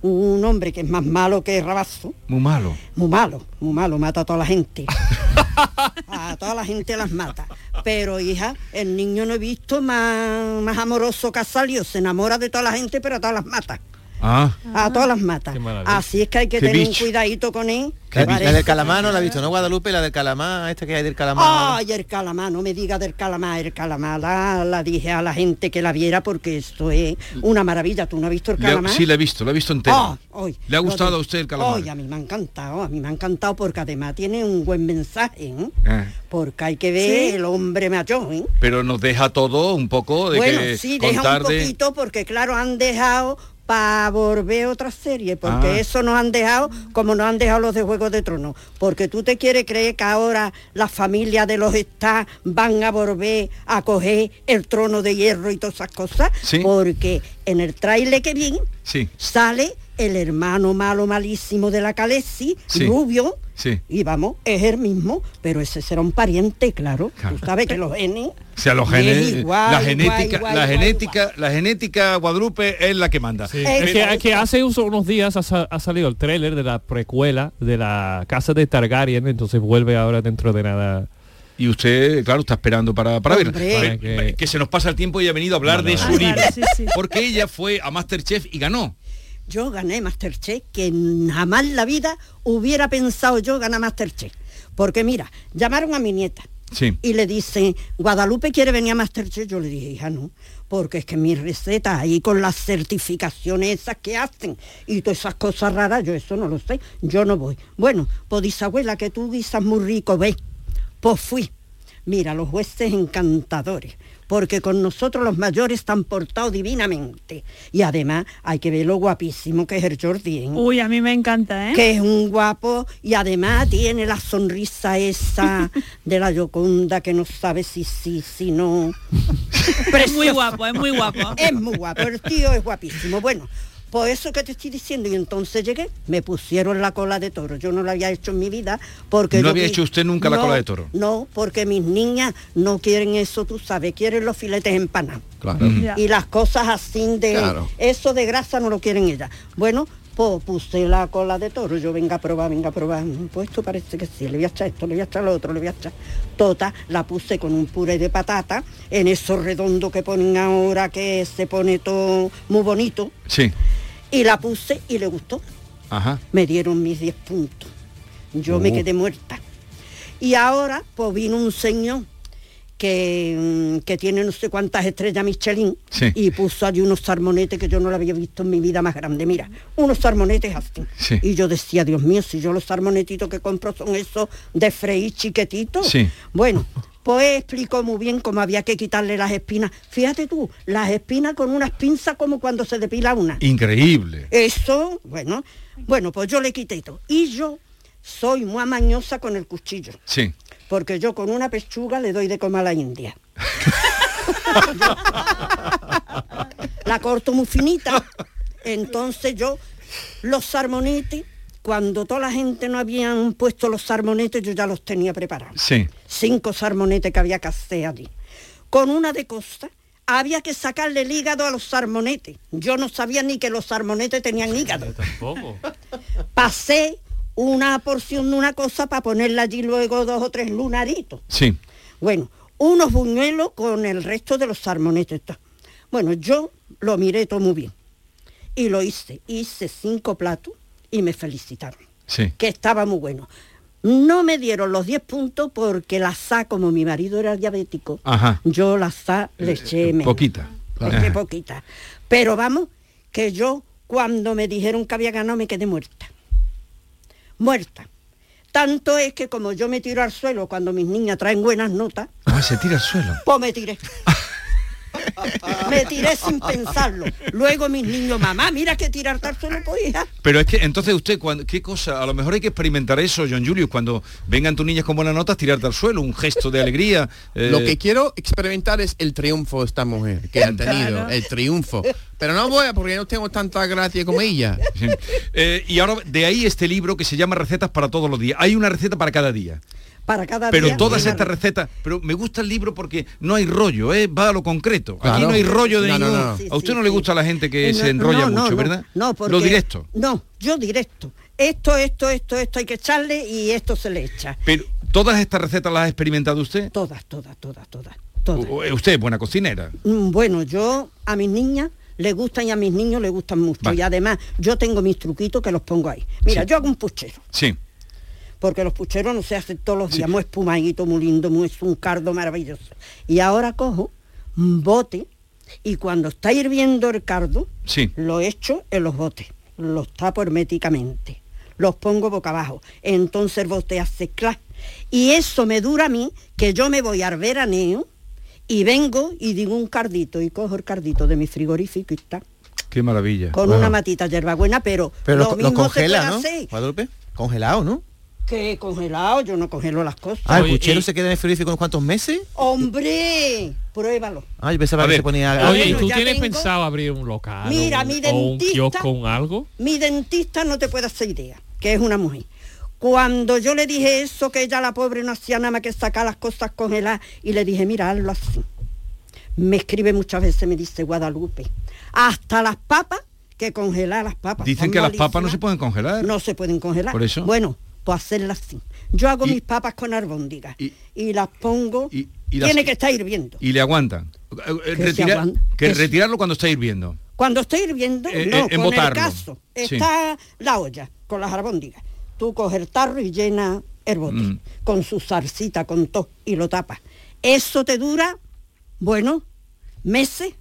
Speaker 22: un hombre que es más malo que Rabazo,
Speaker 5: Muy malo.
Speaker 22: muy malo, muy malo, mata a toda la gente. A toda la gente las mata. Pero hija, el niño no he visto más, más amoroso que ha salido. Se enamora de toda la gente, pero a todas las mata.
Speaker 5: Ah.
Speaker 22: A todas las mata.
Speaker 8: Qué maravilla.
Speaker 22: Así es que hay que
Speaker 8: Qué
Speaker 22: tener
Speaker 8: bicho.
Speaker 22: un cuidadito con él.
Speaker 8: La, la
Speaker 22: Parece-
Speaker 8: del calamar no la he visto, ¿no? Guadalupe, la del calamar, esta que hay del calamar.
Speaker 22: Ay, el calamar, no me diga del calamar, el calamar, la, la dije a la gente que la viera porque esto es una maravilla. ¿Tú no has visto el
Speaker 5: Le-
Speaker 22: calamar?
Speaker 5: sí, la he visto, la he visto entera.
Speaker 22: Ah, hoy.
Speaker 5: ¿Le ha
Speaker 22: Lo
Speaker 5: gustado
Speaker 22: de-
Speaker 5: a usted el calamar?
Speaker 22: Hoy, a mí me ha encantado, a mí me ha encantado porque además tiene un buen mensaje, ¿eh?
Speaker 5: Ah.
Speaker 22: porque hay que ver
Speaker 5: Sí.
Speaker 22: el hombre mayor. ¿eh?
Speaker 5: Pero nos deja todo un poco de
Speaker 22: Bueno,
Speaker 5: que
Speaker 22: sí, deja
Speaker 5: contar
Speaker 22: un
Speaker 5: de-
Speaker 22: poquito porque claro, han dejado para volver otra serie, porque
Speaker 5: Ah.
Speaker 22: eso nos han dejado como nos han dejado los de Juegos de Tronos, porque tú te quieres creer que ahora las familias de los Star van a volver a coger el trono de hierro y todas esas cosas,
Speaker 5: Sí.
Speaker 22: porque en el trailer que vi
Speaker 5: Sí,
Speaker 22: sale el hermano malo malísimo de la Calesi,
Speaker 5: Sí.
Speaker 22: rubio,
Speaker 5: sí.
Speaker 22: y vamos, es el mismo, pero ese será un pariente, claro,
Speaker 5: Claro.
Speaker 22: tú sabes que los genes...
Speaker 5: O sea, los
Speaker 22: Y es
Speaker 5: genes, eh,
Speaker 22: igual,
Speaker 5: la
Speaker 22: igual,
Speaker 5: genética,
Speaker 22: igual,
Speaker 5: la
Speaker 22: igual,
Speaker 5: genética, la genética Guadalupe es la que manda. Eh,
Speaker 7: Sí. Es que, es que hace uso- unos días ha, sa- ha salido el tráiler de la precuela de la casa de Targaryen, entonces vuelve ahora dentro de nada.
Speaker 5: Y usted, claro, está esperando para, para verla.
Speaker 7: Hombre.
Speaker 5: Pero- Que... se nos pasa el tiempo y ha venido a hablar de su libro. Porque ella fue a Masterchef y ganó.
Speaker 22: Yo gané Masterchef, que jamás en la vida hubiera pensado yo ganar Masterchef. Porque mira, llamaron a mi nieta
Speaker 5: Sí.
Speaker 22: y le dicen, Guadalupe quiere venir a Masterchef. Yo le dije, hija, no, porque es que mis recetas ahí con las certificaciones esas que hacen y todas esas cosas raras, yo eso no lo sé, yo no voy. Bueno, pues dice, abuela, que tú guisas muy rico, ve. Pues fui. Mira, los jueces encantadores. porque con nosotros los mayores están portados divinamente. Y además hay que ver lo guapísimo que es el Jordi. ¿eh?
Speaker 6: Uy, a mí me encanta, ¿eh?
Speaker 22: que es un guapo y además tiene la sonrisa esa de la Yoconda que no sabe si sí, si no.
Speaker 6: Es muy guapo, es muy guapo.
Speaker 18: Em-
Speaker 22: Es muy guapo, el tío es guapísimo. Bueno, por eso que te estoy diciendo, y entonces llegué, me pusieron la cola de toro. Yo no la había hecho en mi vida porque...
Speaker 5: No
Speaker 22: yo
Speaker 5: había
Speaker 22: mi-
Speaker 5: hecho usted nunca la cola de toro.
Speaker 22: No, porque mis niñas no quieren eso, tú sabes, quieren los filetes empanados.
Speaker 5: Claro. Mm. Ya.
Speaker 22: Y las cosas así de...
Speaker 5: Claro.
Speaker 22: Eso de grasa no lo quieren ellas. Bueno, pues puse la cola de toro, yo venga a probar, venga a probar. Mm, Pues esto parece que sí, le voy a echar esto, le voy a echar lo otro, le voy a echar... Tota, la puse con un puré de patata, en eso redondo que ponen ahora, que se pone todo muy bonito
Speaker 5: Sí.
Speaker 22: y la puse y le gustó.
Speaker 5: Ajá.
Speaker 22: Me dieron mis 10 puntos. Yo me
Speaker 5: Oh.
Speaker 22: quedé muerta. Y ahora, pues vino un señor que, mm, que tiene no sé cuántas estrellas Michelin
Speaker 5: Sí.
Speaker 22: y puso allí unos sarmonetes que yo no lo había visto en mi vida más grande. Mira, unos sarmonetes así.
Speaker 5: Sí.
Speaker 22: Y yo decía, Dios mío, si yo los sarmonetitos que compro son esos de freír chiquititos.
Speaker 5: Sí.
Speaker 22: Bueno, pues explicó muy bien cómo había que quitarle las espinas. Fíjate tú, las espinas con unas pinzas como cuando se depila una.
Speaker 5: Increíble.
Speaker 22: Eso, bueno, bueno, pues yo le quité todo. Y yo soy muy amañosa con el cuchillo,
Speaker 5: Sí.
Speaker 22: porque yo con una pechuga le doy de comer a la india. la corto muy finita. Entonces yo, los sarmonetes, cuando toda la gente no habían puesto los sarmonetes, yo ya los tenía preparados
Speaker 5: Sí.
Speaker 22: cinco sarmonetes que había que hacer allí. Con una de costa había que sacarle el hígado a los sarmonetes. Yo no sabía ni que los sarmonetes tenían hígado.
Speaker 7: Tampoco.
Speaker 22: Pasé una porción de una cosa para ponerle allí luego dos o tres lunaritos.
Speaker 5: Sí.
Speaker 22: Bueno, unos buñuelos con el resto de los sarmonetes. ta. Bueno, yo lo miré todo muy bien. Y lo hice. Hice cinco platos y me felicitaron
Speaker 5: Sí.
Speaker 22: que estaba muy bueno. No me dieron los 10 puntos porque la SA, como mi marido era diabético,
Speaker 5: Ajá. Eh,
Speaker 22: yo la SA le eché menos.
Speaker 5: Poquita.
Speaker 22: Le eché poquita. Pero vamos, que yo cuando me dijeron que había ganado me quedé muerta. Muerta. Tanto es que como yo me tiro al suelo cuando mis niñas traen buenas notas,
Speaker 5: Ah, se tira al suelo.
Speaker 22: pues me tiré. me tiré sin pensarlo. Luego mis niños, mamá, mira que tirarte al suelo, pues hija.
Speaker 5: Pero es que entonces usted, cuando, ¿qué cosa? A lo mejor hay que experimentar eso, John Julius, cuando vengan tus niñas con buenas notas, tirarte al suelo, un gesto de alegría. eh,
Speaker 4: Lo que quiero experimentar es el triunfo de esta mujer que ha tenido, el triunfo. Pero no voy a porque no tengo tanta gracia como ella.
Speaker 5: Sí. Eh, y ahora de ahí este libro que se llama Recetas para todos los días. Hay una receta para cada día.
Speaker 22: Para cada
Speaker 5: Pero
Speaker 22: día
Speaker 5: todas
Speaker 22: una
Speaker 5: estas recetas, pero me gusta el libro porque no hay rollo, ¿eh? va a lo concreto. Aquí
Speaker 4: Claro.
Speaker 5: no hay rollo de
Speaker 4: No, no,
Speaker 5: ningún.
Speaker 4: no. Sí,
Speaker 5: A usted no le gusta la gente que
Speaker 22: Eh,
Speaker 5: se
Speaker 22: no,
Speaker 5: enrolla
Speaker 22: no, no,
Speaker 5: mucho,
Speaker 22: no,
Speaker 5: ¿verdad?
Speaker 22: No, porque,
Speaker 5: Lo directo.
Speaker 22: No, yo directo. Esto, esto, esto, esto hay que echarle y esto se le echa.
Speaker 5: Pero todas estas recetas las ha experimentado usted.
Speaker 22: Todas, todas, todas, todas.
Speaker 5: U- u- Usted es buena cocinera.
Speaker 22: Mm, Bueno, yo a mis niñas les gustan y a mis niños les gustan mucho.
Speaker 5: Vale.
Speaker 22: Y además yo tengo mis truquitos que los pongo ahí. Mira, yo hago un puchero,
Speaker 5: Sí.
Speaker 22: porque los pucheros no se hacen todos los días, muy espumadito, muy lindo, muy es un cardo maravilloso. Y ahora cojo un bote y cuando está hirviendo el cardo,
Speaker 5: Sí.
Speaker 22: lo echo en los botes, los tapo herméticamente, los pongo boca abajo, entonces el bote hace clac. Y eso me dura a mí, que yo me voy al veraneo y vengo y digo un cardito y cojo el cardito de mi frigorífico y está,
Speaker 5: Qué maravilla.
Speaker 22: con
Speaker 3: Bueno.
Speaker 22: una matita hierbabuena, pero,
Speaker 3: Pero
Speaker 22: lo
Speaker 3: los, los
Speaker 22: mismo se
Speaker 3: congela,
Speaker 22: puede
Speaker 3: ¿no?
Speaker 22: hacer
Speaker 3: Guadalupe, congelado, ¿no?
Speaker 22: que congelado, yo no congelo las cosas.
Speaker 3: Ah, el puchero se queda en el frigorífico unos cuantos meses.
Speaker 22: ¡Hombre! Pruébalo.
Speaker 3: Ah, yo pensaba
Speaker 7: A
Speaker 3: que
Speaker 7: ver,
Speaker 3: se ponía.
Speaker 7: Oye, ¿y
Speaker 22: Bueno,
Speaker 7: tú
Speaker 22: ya
Speaker 7: tienes
Speaker 22: tengo-
Speaker 7: pensado abrir un local
Speaker 22: Mira,
Speaker 7: o,
Speaker 22: mi
Speaker 7: un- o un
Speaker 22: dentista-
Speaker 7: kiosco con algo?
Speaker 22: Mi dentista no te puede hacer idea, que es una mujer. Cuando yo le dije eso, que ella la pobre no hacía nada más que sacar las cosas congeladas, y le dije, mira, hazlo así. Me escribe muchas veces, me dice Guadalupe, hasta las papas, que congelar las papas.
Speaker 5: Dicen
Speaker 22: son
Speaker 5: que las papas no
Speaker 22: malísimas,
Speaker 5: se pueden congelar.
Speaker 22: no se pueden congelar.
Speaker 5: Por eso.
Speaker 22: Bueno, pues hacerlas así. Yo hago mis papas con albóndigas y, las pongo,
Speaker 5: y las-
Speaker 22: tiene que estar hirviendo.
Speaker 5: Y le aguantan. Eh, eh,
Speaker 22: Que se
Speaker 5: retira-
Speaker 22: aguanta-
Speaker 5: que
Speaker 22: que se-
Speaker 5: retirarlo cuando está hirviendo.
Speaker 22: Cuando está hirviendo,
Speaker 5: Eh, eh,
Speaker 22: no, con el
Speaker 5: embotarlo.
Speaker 22: caso.
Speaker 5: Sí.
Speaker 22: Está la olla con las albóndigas. Tú coges el tarro y llena el bote
Speaker 5: Mm.
Speaker 22: con su salsita, con todo, y lo tapas. Eso te dura, bueno, meses.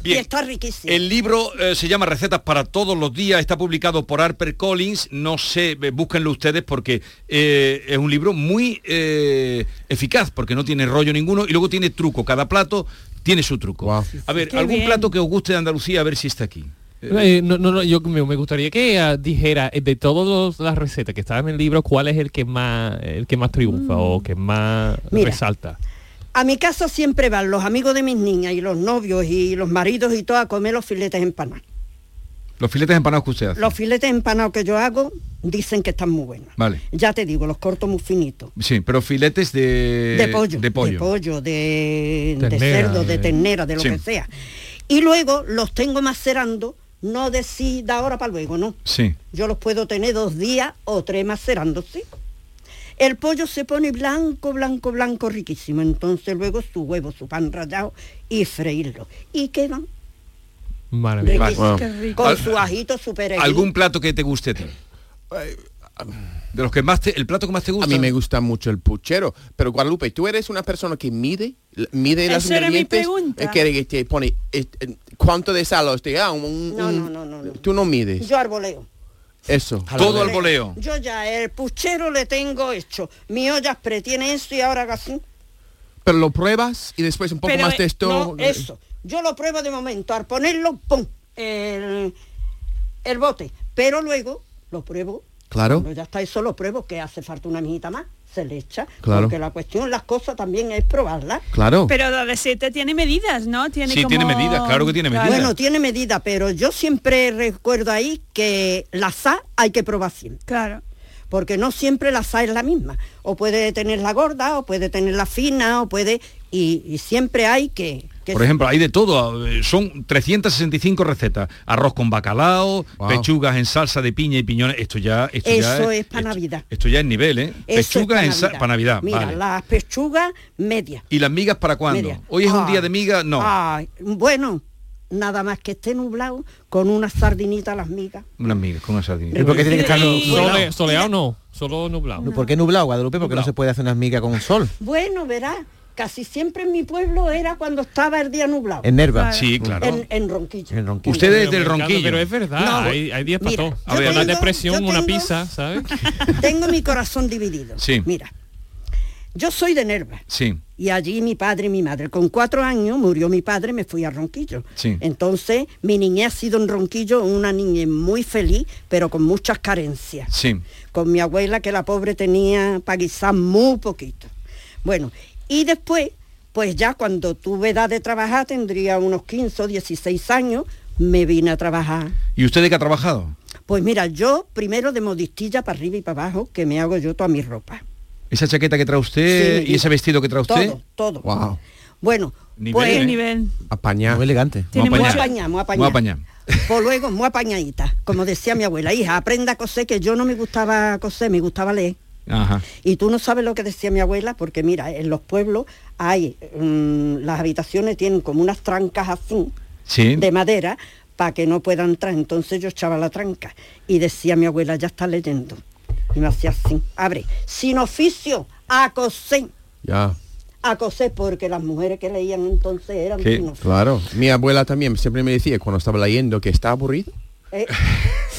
Speaker 5: Bien.
Speaker 22: Y está riquísimo.
Speaker 5: El libro eh, se llama Recetas para todos los días, está publicado por Harper Collins, no sé, eh, búsquenlo ustedes porque eh, es un libro muy eh, eficaz, porque no tiene rollo ninguno y luego tiene truco, cada plato tiene su truco. A ver,
Speaker 7: Qué
Speaker 5: algún
Speaker 7: bien.
Speaker 5: plato que os guste de Andalucía, a ver si está aquí.
Speaker 7: Eh, no, no, no, yo me, me gustaría que eh, dijera eh, de todas las recetas que estaban en el libro, cuál es el que más el que más triunfa o que más
Speaker 22: Mm. Mira.
Speaker 7: resalta.
Speaker 22: A mi casa siempre van los amigos de mis niñas y los novios y los maridos y todo a comer los filetes empanados.
Speaker 5: Los filetes empanados que usted hace.
Speaker 22: Los filetes empanados que yo hago dicen que están muy buenos.
Speaker 5: Vale.
Speaker 22: Ya te digo, los corto muy finitos.
Speaker 5: Sí, pero filetes de,
Speaker 22: de pollo,
Speaker 5: Eh, De pollo.
Speaker 22: de, de
Speaker 5: Ternera,
Speaker 22: cerdo, de
Speaker 5: de-
Speaker 22: ternera, de lo
Speaker 5: Sí.
Speaker 22: que sea. Y luego los tengo macerando, no de sí de ahora para luego, no.
Speaker 5: Sí.
Speaker 22: Yo los puedo tener dos días o tres macerándose. El pollo se pone blanco, blanco, blanco, riquísimo. Entonces luego su huevo, su pan rallado y freírlo. Y quedan
Speaker 5: Vale.
Speaker 22: riquísimos. con
Speaker 5: Al-
Speaker 22: su ajito, su perejil.
Speaker 5: ¿Algún plato que te guste a ti? De los que más te, el plato que más te gusta.
Speaker 4: A mí me gusta mucho el puchero, pero Guadalupe, tú eres una persona que mide, mide las
Speaker 6: Esa era mi
Speaker 4: ingredientes,
Speaker 6: pregunta.
Speaker 4: eh, que te pone eh, eh, cuánto de sal o sea, un- un-
Speaker 22: No, no,
Speaker 4: un-
Speaker 22: no, no, no.
Speaker 4: tú no mides.
Speaker 22: Yo arboleo.
Speaker 4: Eso.
Speaker 5: Todo al voleo.
Speaker 22: Yo ya el puchero le tengo hecho. Mi olla pretiene eso y ahora haga así.
Speaker 4: Pero lo pruebas y después un poco
Speaker 22: Pero,
Speaker 4: más de
Speaker 22: eh,
Speaker 4: esto.
Speaker 22: no, eso. Yo lo pruebo de momento. Al ponerlo, ¡pum! El, el bote. Pero luego lo pruebo.
Speaker 5: Oh.
Speaker 4: Claro.
Speaker 22: Cuando ya está eso, lo pruebo, que hace falta una mijita más. Se le echa.
Speaker 4: Claro.
Speaker 22: Porque la cuestión, las cosas también es probarlas.
Speaker 4: Claro.
Speaker 6: Pero la receta tiene medidas, ¿no? Tiene
Speaker 5: Sí, tiene
Speaker 6: como-
Speaker 5: medidas, claro que tiene medidas.
Speaker 22: Bueno, tiene medida, pero yo siempre recuerdo ahí que la sal hay que probar siempre.
Speaker 6: Claro.
Speaker 22: Porque no siempre la sal es la misma. O puede tener la gorda, o puede tener la fina, o puede... Y, y siempre hay que... que
Speaker 5: Por ejemplo, hay de todo, eh, son 365 recetas, arroz con bacalao, pechugas en salsa de piña y piñones, esto ya esto ya
Speaker 22: eso
Speaker 5: es,
Speaker 22: es para Navidad.
Speaker 5: esto ya es nivel, ¿eh?
Speaker 22: Eso es
Speaker 5: pechugas en salsa para Navidad,
Speaker 22: Mira,
Speaker 5: vale.
Speaker 22: las pechugas medias.
Speaker 5: ¿Y las migas para cuándo?
Speaker 22: medias.
Speaker 5: Hoy es un
Speaker 22: Ay,
Speaker 5: día de migas, no.
Speaker 22: ay, Ah, bueno, nada más que esté nublado con una sardinita a las migas.
Speaker 5: Unas migas con una sardina.
Speaker 3: ¿Y por qué tiene que estar nu-
Speaker 7: Sole-
Speaker 3: nublado?
Speaker 7: soleado no, solo nublado.
Speaker 3: ¿Por qué nublado, Guadalupe? Porque no se puede hacer unas migas con un sol.
Speaker 22: Bueno, verás, casi siempre en mi pueblo era cuando estaba el día nublado.
Speaker 3: En Nerva. Claro. Sí, claro.
Speaker 22: En, en Ronquillo.
Speaker 3: En Ronquillo.
Speaker 5: Ustedes
Speaker 7: Pero
Speaker 5: del
Speaker 7: mercado,
Speaker 5: Ronquillo.
Speaker 7: Pero es verdad,
Speaker 5: No. pues,
Speaker 7: hay, hay días para
Speaker 5: Mira,
Speaker 7: todo.
Speaker 5: yo
Speaker 7: Con
Speaker 5: tengo-
Speaker 7: la depresión,
Speaker 22: yo
Speaker 7: una
Speaker 22: tengo-
Speaker 7: pizza, ¿sabes?
Speaker 22: Tengo mi corazón dividido.
Speaker 5: Sí.
Speaker 22: Mira, yo soy de Nerva.
Speaker 5: Sí.
Speaker 22: Y allí mi padre y mi madre. Con cuatro años murió mi padre, me fui a Ronquillo.
Speaker 5: Sí.
Speaker 22: Entonces, mi niñez ha sido en Ronquillo una niñez muy feliz, pero con muchas carencias.
Speaker 5: Sí.
Speaker 22: Con mi abuela, que la pobre tenía para guisar muy poquito. Bueno, y después, pues ya cuando tuve edad de trabajar, tendría unos 15 o 16 años, me vine a trabajar.
Speaker 5: ¿Y usted de qué ha trabajado?
Speaker 22: Pues mira, yo primero de modistilla para arriba y para abajo, que me hago yo toda mi ropa.
Speaker 5: Esa chaqueta que trae usted y ese vestido que trae usted.
Speaker 22: Todo, todo.
Speaker 5: Wow.
Speaker 22: Bueno,
Speaker 5: Nivel,
Speaker 22: pues...
Speaker 5: ¿eh?
Speaker 6: nivel.
Speaker 4: Apañado.
Speaker 3: Muy elegante.
Speaker 22: Tiene
Speaker 5: Vamos a
Speaker 22: mucho-
Speaker 5: apañar.
Speaker 22: Apañamos,
Speaker 5: Vamos a apañar.
Speaker 22: Pues luego, muy apañadita, como decía mi abuela, hija, aprenda a coser, que yo no me gustaba coser, me gustaba leer.
Speaker 5: Ajá.
Speaker 22: Y tú no sabes lo que decía mi abuela, porque mira, en los pueblos hay, mm, las habitaciones tienen como unas trancas así,
Speaker 5: Sí.
Speaker 22: de madera, para que no puedan entrar. Entonces yo echaba la tranca y decía mi abuela, ya está leyendo. Y me hacía así, abre, sin oficio, a coser,
Speaker 4: Ya.
Speaker 22: a coser, porque las mujeres que leían entonces eran
Speaker 4: Que-
Speaker 22: sin oficio.
Speaker 4: claro. Mi abuela también siempre me decía cuando estaba leyendo que está aburrido.
Speaker 22: Eh,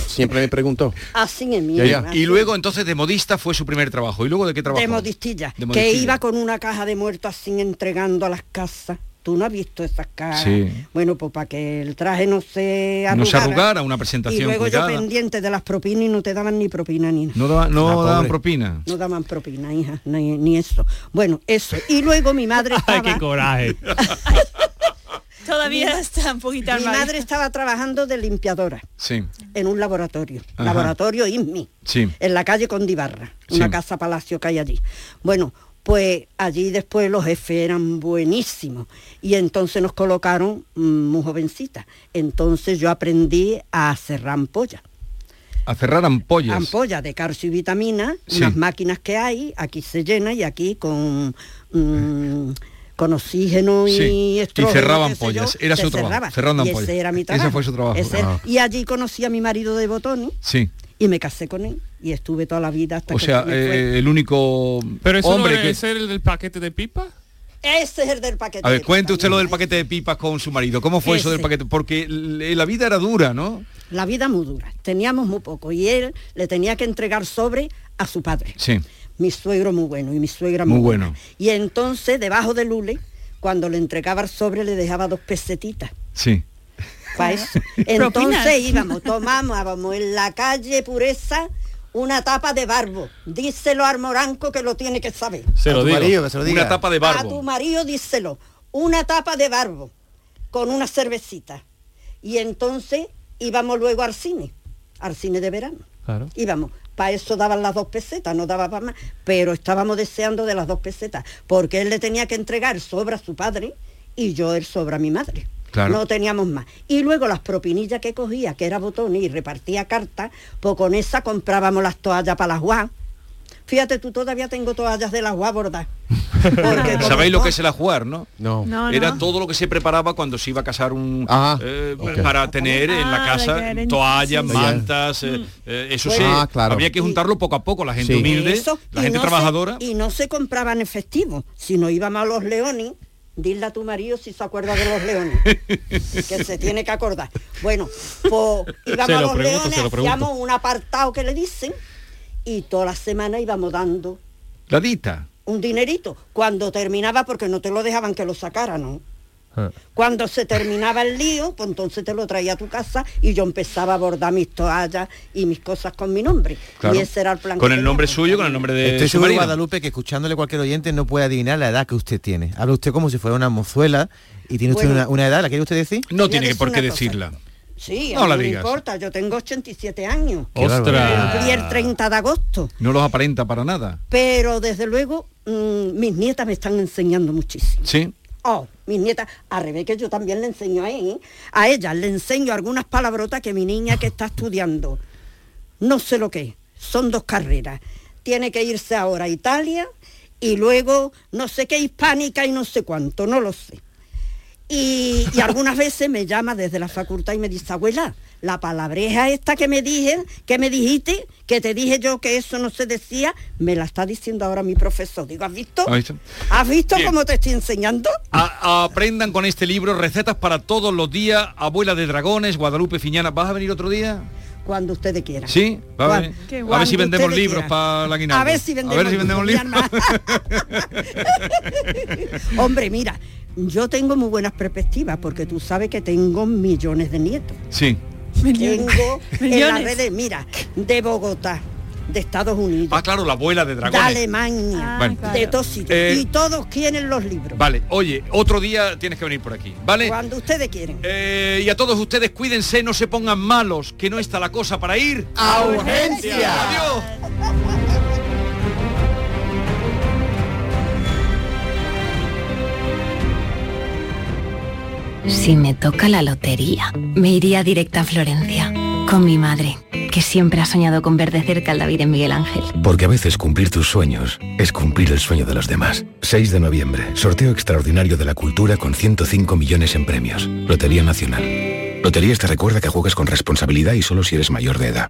Speaker 4: Siempre me preguntó.
Speaker 22: así es mi
Speaker 4: Ya, ya.
Speaker 22: hermana.
Speaker 5: Y luego entonces de modista fue su primer trabajo. ¿Y luego de qué trabajó?
Speaker 22: de modistilla,
Speaker 5: De
Speaker 22: que
Speaker 5: modistilla.
Speaker 22: iba con una caja de muertos así entregando a las casas. Tú no has visto esas cajas.
Speaker 5: Sí.
Speaker 22: Bueno, pues para que el traje no se arrugara.
Speaker 5: No se arrugara, una presentación
Speaker 22: Y luego
Speaker 5: cuidada.
Speaker 22: yo pendiente de las propinas y no te daban ni propina ni nada.
Speaker 5: No, daba-
Speaker 22: Ah,
Speaker 5: no
Speaker 22: pobre.
Speaker 5: daban propina.
Speaker 22: No daban propina, hija, ni, ni eso. Bueno, eso. Y luego mi madre estaba...
Speaker 7: coraje.
Speaker 6: Todavía
Speaker 22: Mi-
Speaker 6: está un poquito
Speaker 22: Mi
Speaker 6: armada.
Speaker 22: madre estaba trabajando de limpiadora
Speaker 5: Sí,
Speaker 22: en un laboratorio,
Speaker 5: Ajá.
Speaker 22: laboratorio INMI.
Speaker 5: sí.
Speaker 22: en la calle Condibarra,
Speaker 5: Sí.
Speaker 22: una casa palacio que hay allí. Bueno, pues allí después los jefes eran buenísimos y entonces nos colocaron mm, muy jovencitas. Entonces yo aprendí a cerrar ampollas,
Speaker 5: A cerrar ampollas.
Speaker 22: ampollas de calcio y vitamina,
Speaker 5: Sí.
Speaker 22: unas máquinas que hay, aquí se llena y aquí con... mm, con oxígeno y
Speaker 5: Sí, y
Speaker 22: estrógeno,
Speaker 5: cerraba
Speaker 22: qué sé
Speaker 5: ampollas,
Speaker 22: yo,
Speaker 5: era
Speaker 22: se
Speaker 5: su trabajo,
Speaker 22: cerraba.
Speaker 5: cerrando
Speaker 22: Y
Speaker 5: ampollas.
Speaker 22: Ese era mi
Speaker 5: Ese
Speaker 22: trabajo.
Speaker 5: fue su trabajo.
Speaker 22: Ese-
Speaker 5: Ah.
Speaker 22: Y allí conocí a mi marido de botones
Speaker 5: Sí.
Speaker 22: y me casé con él y estuve toda la vida hasta
Speaker 5: O
Speaker 22: que
Speaker 5: sea,
Speaker 22: se me fue.
Speaker 5: eh, el único
Speaker 7: Pero eso
Speaker 5: hombre
Speaker 7: no
Speaker 5: que...
Speaker 7: es el del paquete de pipa.
Speaker 22: Ese es el del paquete.
Speaker 5: A ver, cuente usted lo del paquete de pipas con su marido. ¿Cómo fue eso del
Speaker 22: Ese.
Speaker 5: paquete? Porque le- la vida era dura, ¿no?
Speaker 22: ¿eh? La vida muy dura. Teníamos muy poco y él le tenía que entregar sobre a su padre.
Speaker 5: Sí.
Speaker 22: Mi suegro muy bueno y mi suegra muy,
Speaker 5: Muy
Speaker 22: buena.
Speaker 5: bueno.
Speaker 22: Y entonces, debajo de Lule, cuando le entregaba el sobre, le dejaba dos pesetitas.
Speaker 5: Sí.
Speaker 22: para eso.
Speaker 8: Propinas.
Speaker 22: Entonces íbamos, tomábamos en la calle Pureza una tapa de barbo. Díselo al moranco que lo tiene que saber.
Speaker 7: Se lo
Speaker 5: tu
Speaker 7: digo.
Speaker 5: marido, que se lo diga. Una tapa de
Speaker 22: A tu
Speaker 5: barbo.
Speaker 22: marido díselo. Una tapa de barbo con una cervecita. Y entonces íbamos luego al cine, al cine de verano.
Speaker 7: Claro.
Speaker 22: Íbamos. Para eso daban las dos pesetas, no daba para más. Pero estábamos deseando de las dos pesetas, porque él le tenía que entregar el sobre a su padre y yo el sobre a mi madre.
Speaker 9: Claro.
Speaker 22: No teníamos más. Y luego las propinillas que cogía, que era botones y repartía cartas, pues con esa comprábamos las toallas para las guas. Fíjate, tú todavía tengo toallas de las guas bordadas.
Speaker 5: ¿Sabéis lo que es el ajuar, no?
Speaker 3: No.
Speaker 6: No,
Speaker 5: Era
Speaker 6: no.
Speaker 5: todo lo que se preparaba cuando se iba a casar un...
Speaker 3: Ah,
Speaker 5: eh, Para tener en la
Speaker 6: Ah, de
Speaker 5: casa
Speaker 6: que era
Speaker 5: toallas,
Speaker 6: en- sí.
Speaker 5: mantas,
Speaker 22: Mm.
Speaker 5: eh, eh, eso sí.
Speaker 3: Bueno. Ah, claro.
Speaker 5: Había que juntarlo poco a poco, la gente
Speaker 3: Sí.
Speaker 5: humilde,
Speaker 22: Eso,
Speaker 5: ¿Eh? la
Speaker 22: y
Speaker 5: gente
Speaker 22: no se-
Speaker 5: trabajadora.
Speaker 22: y no se compraban efectivo, sino íbamos a los leones. Dile a tu marido si se acuerda de los leones, que se tiene que acordar. Bueno, pues íbamos
Speaker 7: Se
Speaker 22: a
Speaker 7: lo
Speaker 22: los
Speaker 7: pregunto,
Speaker 22: leones,
Speaker 7: se lo pregunto.
Speaker 22: hacíamos un apartado que le dicen, y toda la semana íbamos dando
Speaker 5: La dita.
Speaker 22: un dinerito. Cuando terminaba, porque no te lo dejaban que lo sacara, ¿no?
Speaker 5: Ah.
Speaker 22: Cuando se terminaba el lío, pues entonces te lo traía a tu casa y yo empezaba a bordar mis toallas y mis cosas con mi nombre.
Speaker 5: Claro.
Speaker 22: Y ese era el plan.
Speaker 5: Con
Speaker 22: que
Speaker 5: el
Speaker 22: tenía.
Speaker 5: nombre suyo, con el nombre de
Speaker 3: Estoy
Speaker 5: su
Speaker 3: seguro,
Speaker 5: marido.
Speaker 3: Guadalupe, que escuchándole cualquier oyente no puede adivinar la edad que usted tiene. Habla usted como si fuera una mozuela y tiene usted
Speaker 22: Bueno.
Speaker 3: una, una edad, ¿la quiere usted decir?
Speaker 5: No
Speaker 22: tiene que por qué decir.
Speaker 5: Decirla.
Speaker 22: Sí,
Speaker 5: No
Speaker 22: a mí
Speaker 5: la
Speaker 22: no me
Speaker 5: digas.
Speaker 22: importa, yo tengo 87 años.
Speaker 5: Qué barbaridad.
Speaker 22: Cumplí el 30 de agosto,
Speaker 5: No los aparenta para nada.
Speaker 22: pero desde luego mm, mis nietas me están enseñando muchísimo.
Speaker 5: Sí.
Speaker 22: Oh, mis nietas, a Rebeca yo también le enseño a, él, a ella, le enseño algunas palabrotas que mi niña que está estudiando, no sé lo que es, son dos carreras. Tiene que irse ahora a Italia y luego no sé qué hispánica y no sé cuánto, no lo sé. Y, y algunas veces me llama desde la facultad y me dice, abuela, la palabreja esta que me dije, que me dijiste, que te dije yo que eso no se decía, me la está diciendo ahora mi profesor. Digo, ¿has visto?
Speaker 5: Ahí está.
Speaker 22: ¿Has visto
Speaker 5: Bien.
Speaker 22: cómo te estoy enseñando?
Speaker 5: A- aprendan con este libro recetas para todos los días, abuela de dragones, Guadalupe Fiñana. ¿Vas a venir otro día?
Speaker 22: Cuando ustedes quieran.
Speaker 5: Sí, va a,
Speaker 22: Cuan-
Speaker 5: venir.
Speaker 22: que
Speaker 5: a ver
Speaker 22: cuando
Speaker 5: si vendemos
Speaker 22: ustedes
Speaker 5: libros
Speaker 22: quieran.
Speaker 5: para la guinada.
Speaker 22: A ver si vendemos,
Speaker 5: libros.
Speaker 22: libros. Hombre, mira, yo tengo muy buenas perspectivas porque tú sabes que tengo millones de nietos.
Speaker 5: Sí.
Speaker 22: Tengo en las
Speaker 6: Millones.
Speaker 22: redes, mira, de Bogotá, de Estados Unidos,
Speaker 5: Ah, claro, la abuela de
Speaker 22: de
Speaker 5: dragones.
Speaker 22: Alemania,
Speaker 5: Bueno.
Speaker 22: de todos sitios.
Speaker 5: Eh,
Speaker 22: y todos quieren los libros.
Speaker 5: Vale, oye, otro día tienes que venir por aquí, ¿vale?
Speaker 22: Cuando ustedes quieren.
Speaker 5: Eh, y a todos ustedes cuídense, no se pongan malos, que no está la cosa para ir
Speaker 22: A urgencia.
Speaker 5: Adiós.
Speaker 24: Si me toca la lotería, me iría directa a Florencia, con mi madre, que siempre ha soñado con ver de cerca al David en Miguel Ángel.
Speaker 13: Porque a veces cumplir tus sueños es cumplir el sueño de los demás. 6 de noviembre, sorteo extraordinario de la cultura con 105 millones en premios. Lotería Nacional. Loterías te recuerda que juegas con responsabilidad y solo si eres mayor de edad.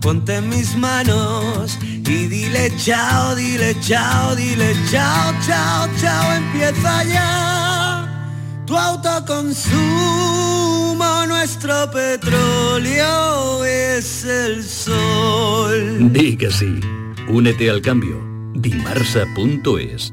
Speaker 11: ponte en mis manos y dile chao, dile chao, dile chao, chao, chao, empieza ya.
Speaker 25: Tu autoconsumo, nuestro petróleo es el sol.
Speaker 13: Di que sí. Únete al cambio. Dimarsa.es.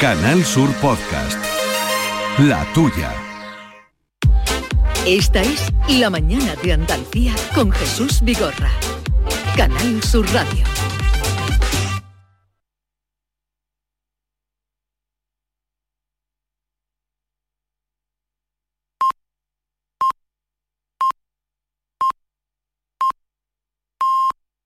Speaker 5: Canal Sur Podcast. La tuya.
Speaker 1: Esta es La Mañana de Andalucía con Jesús Vigorra. Canal Sur Radio.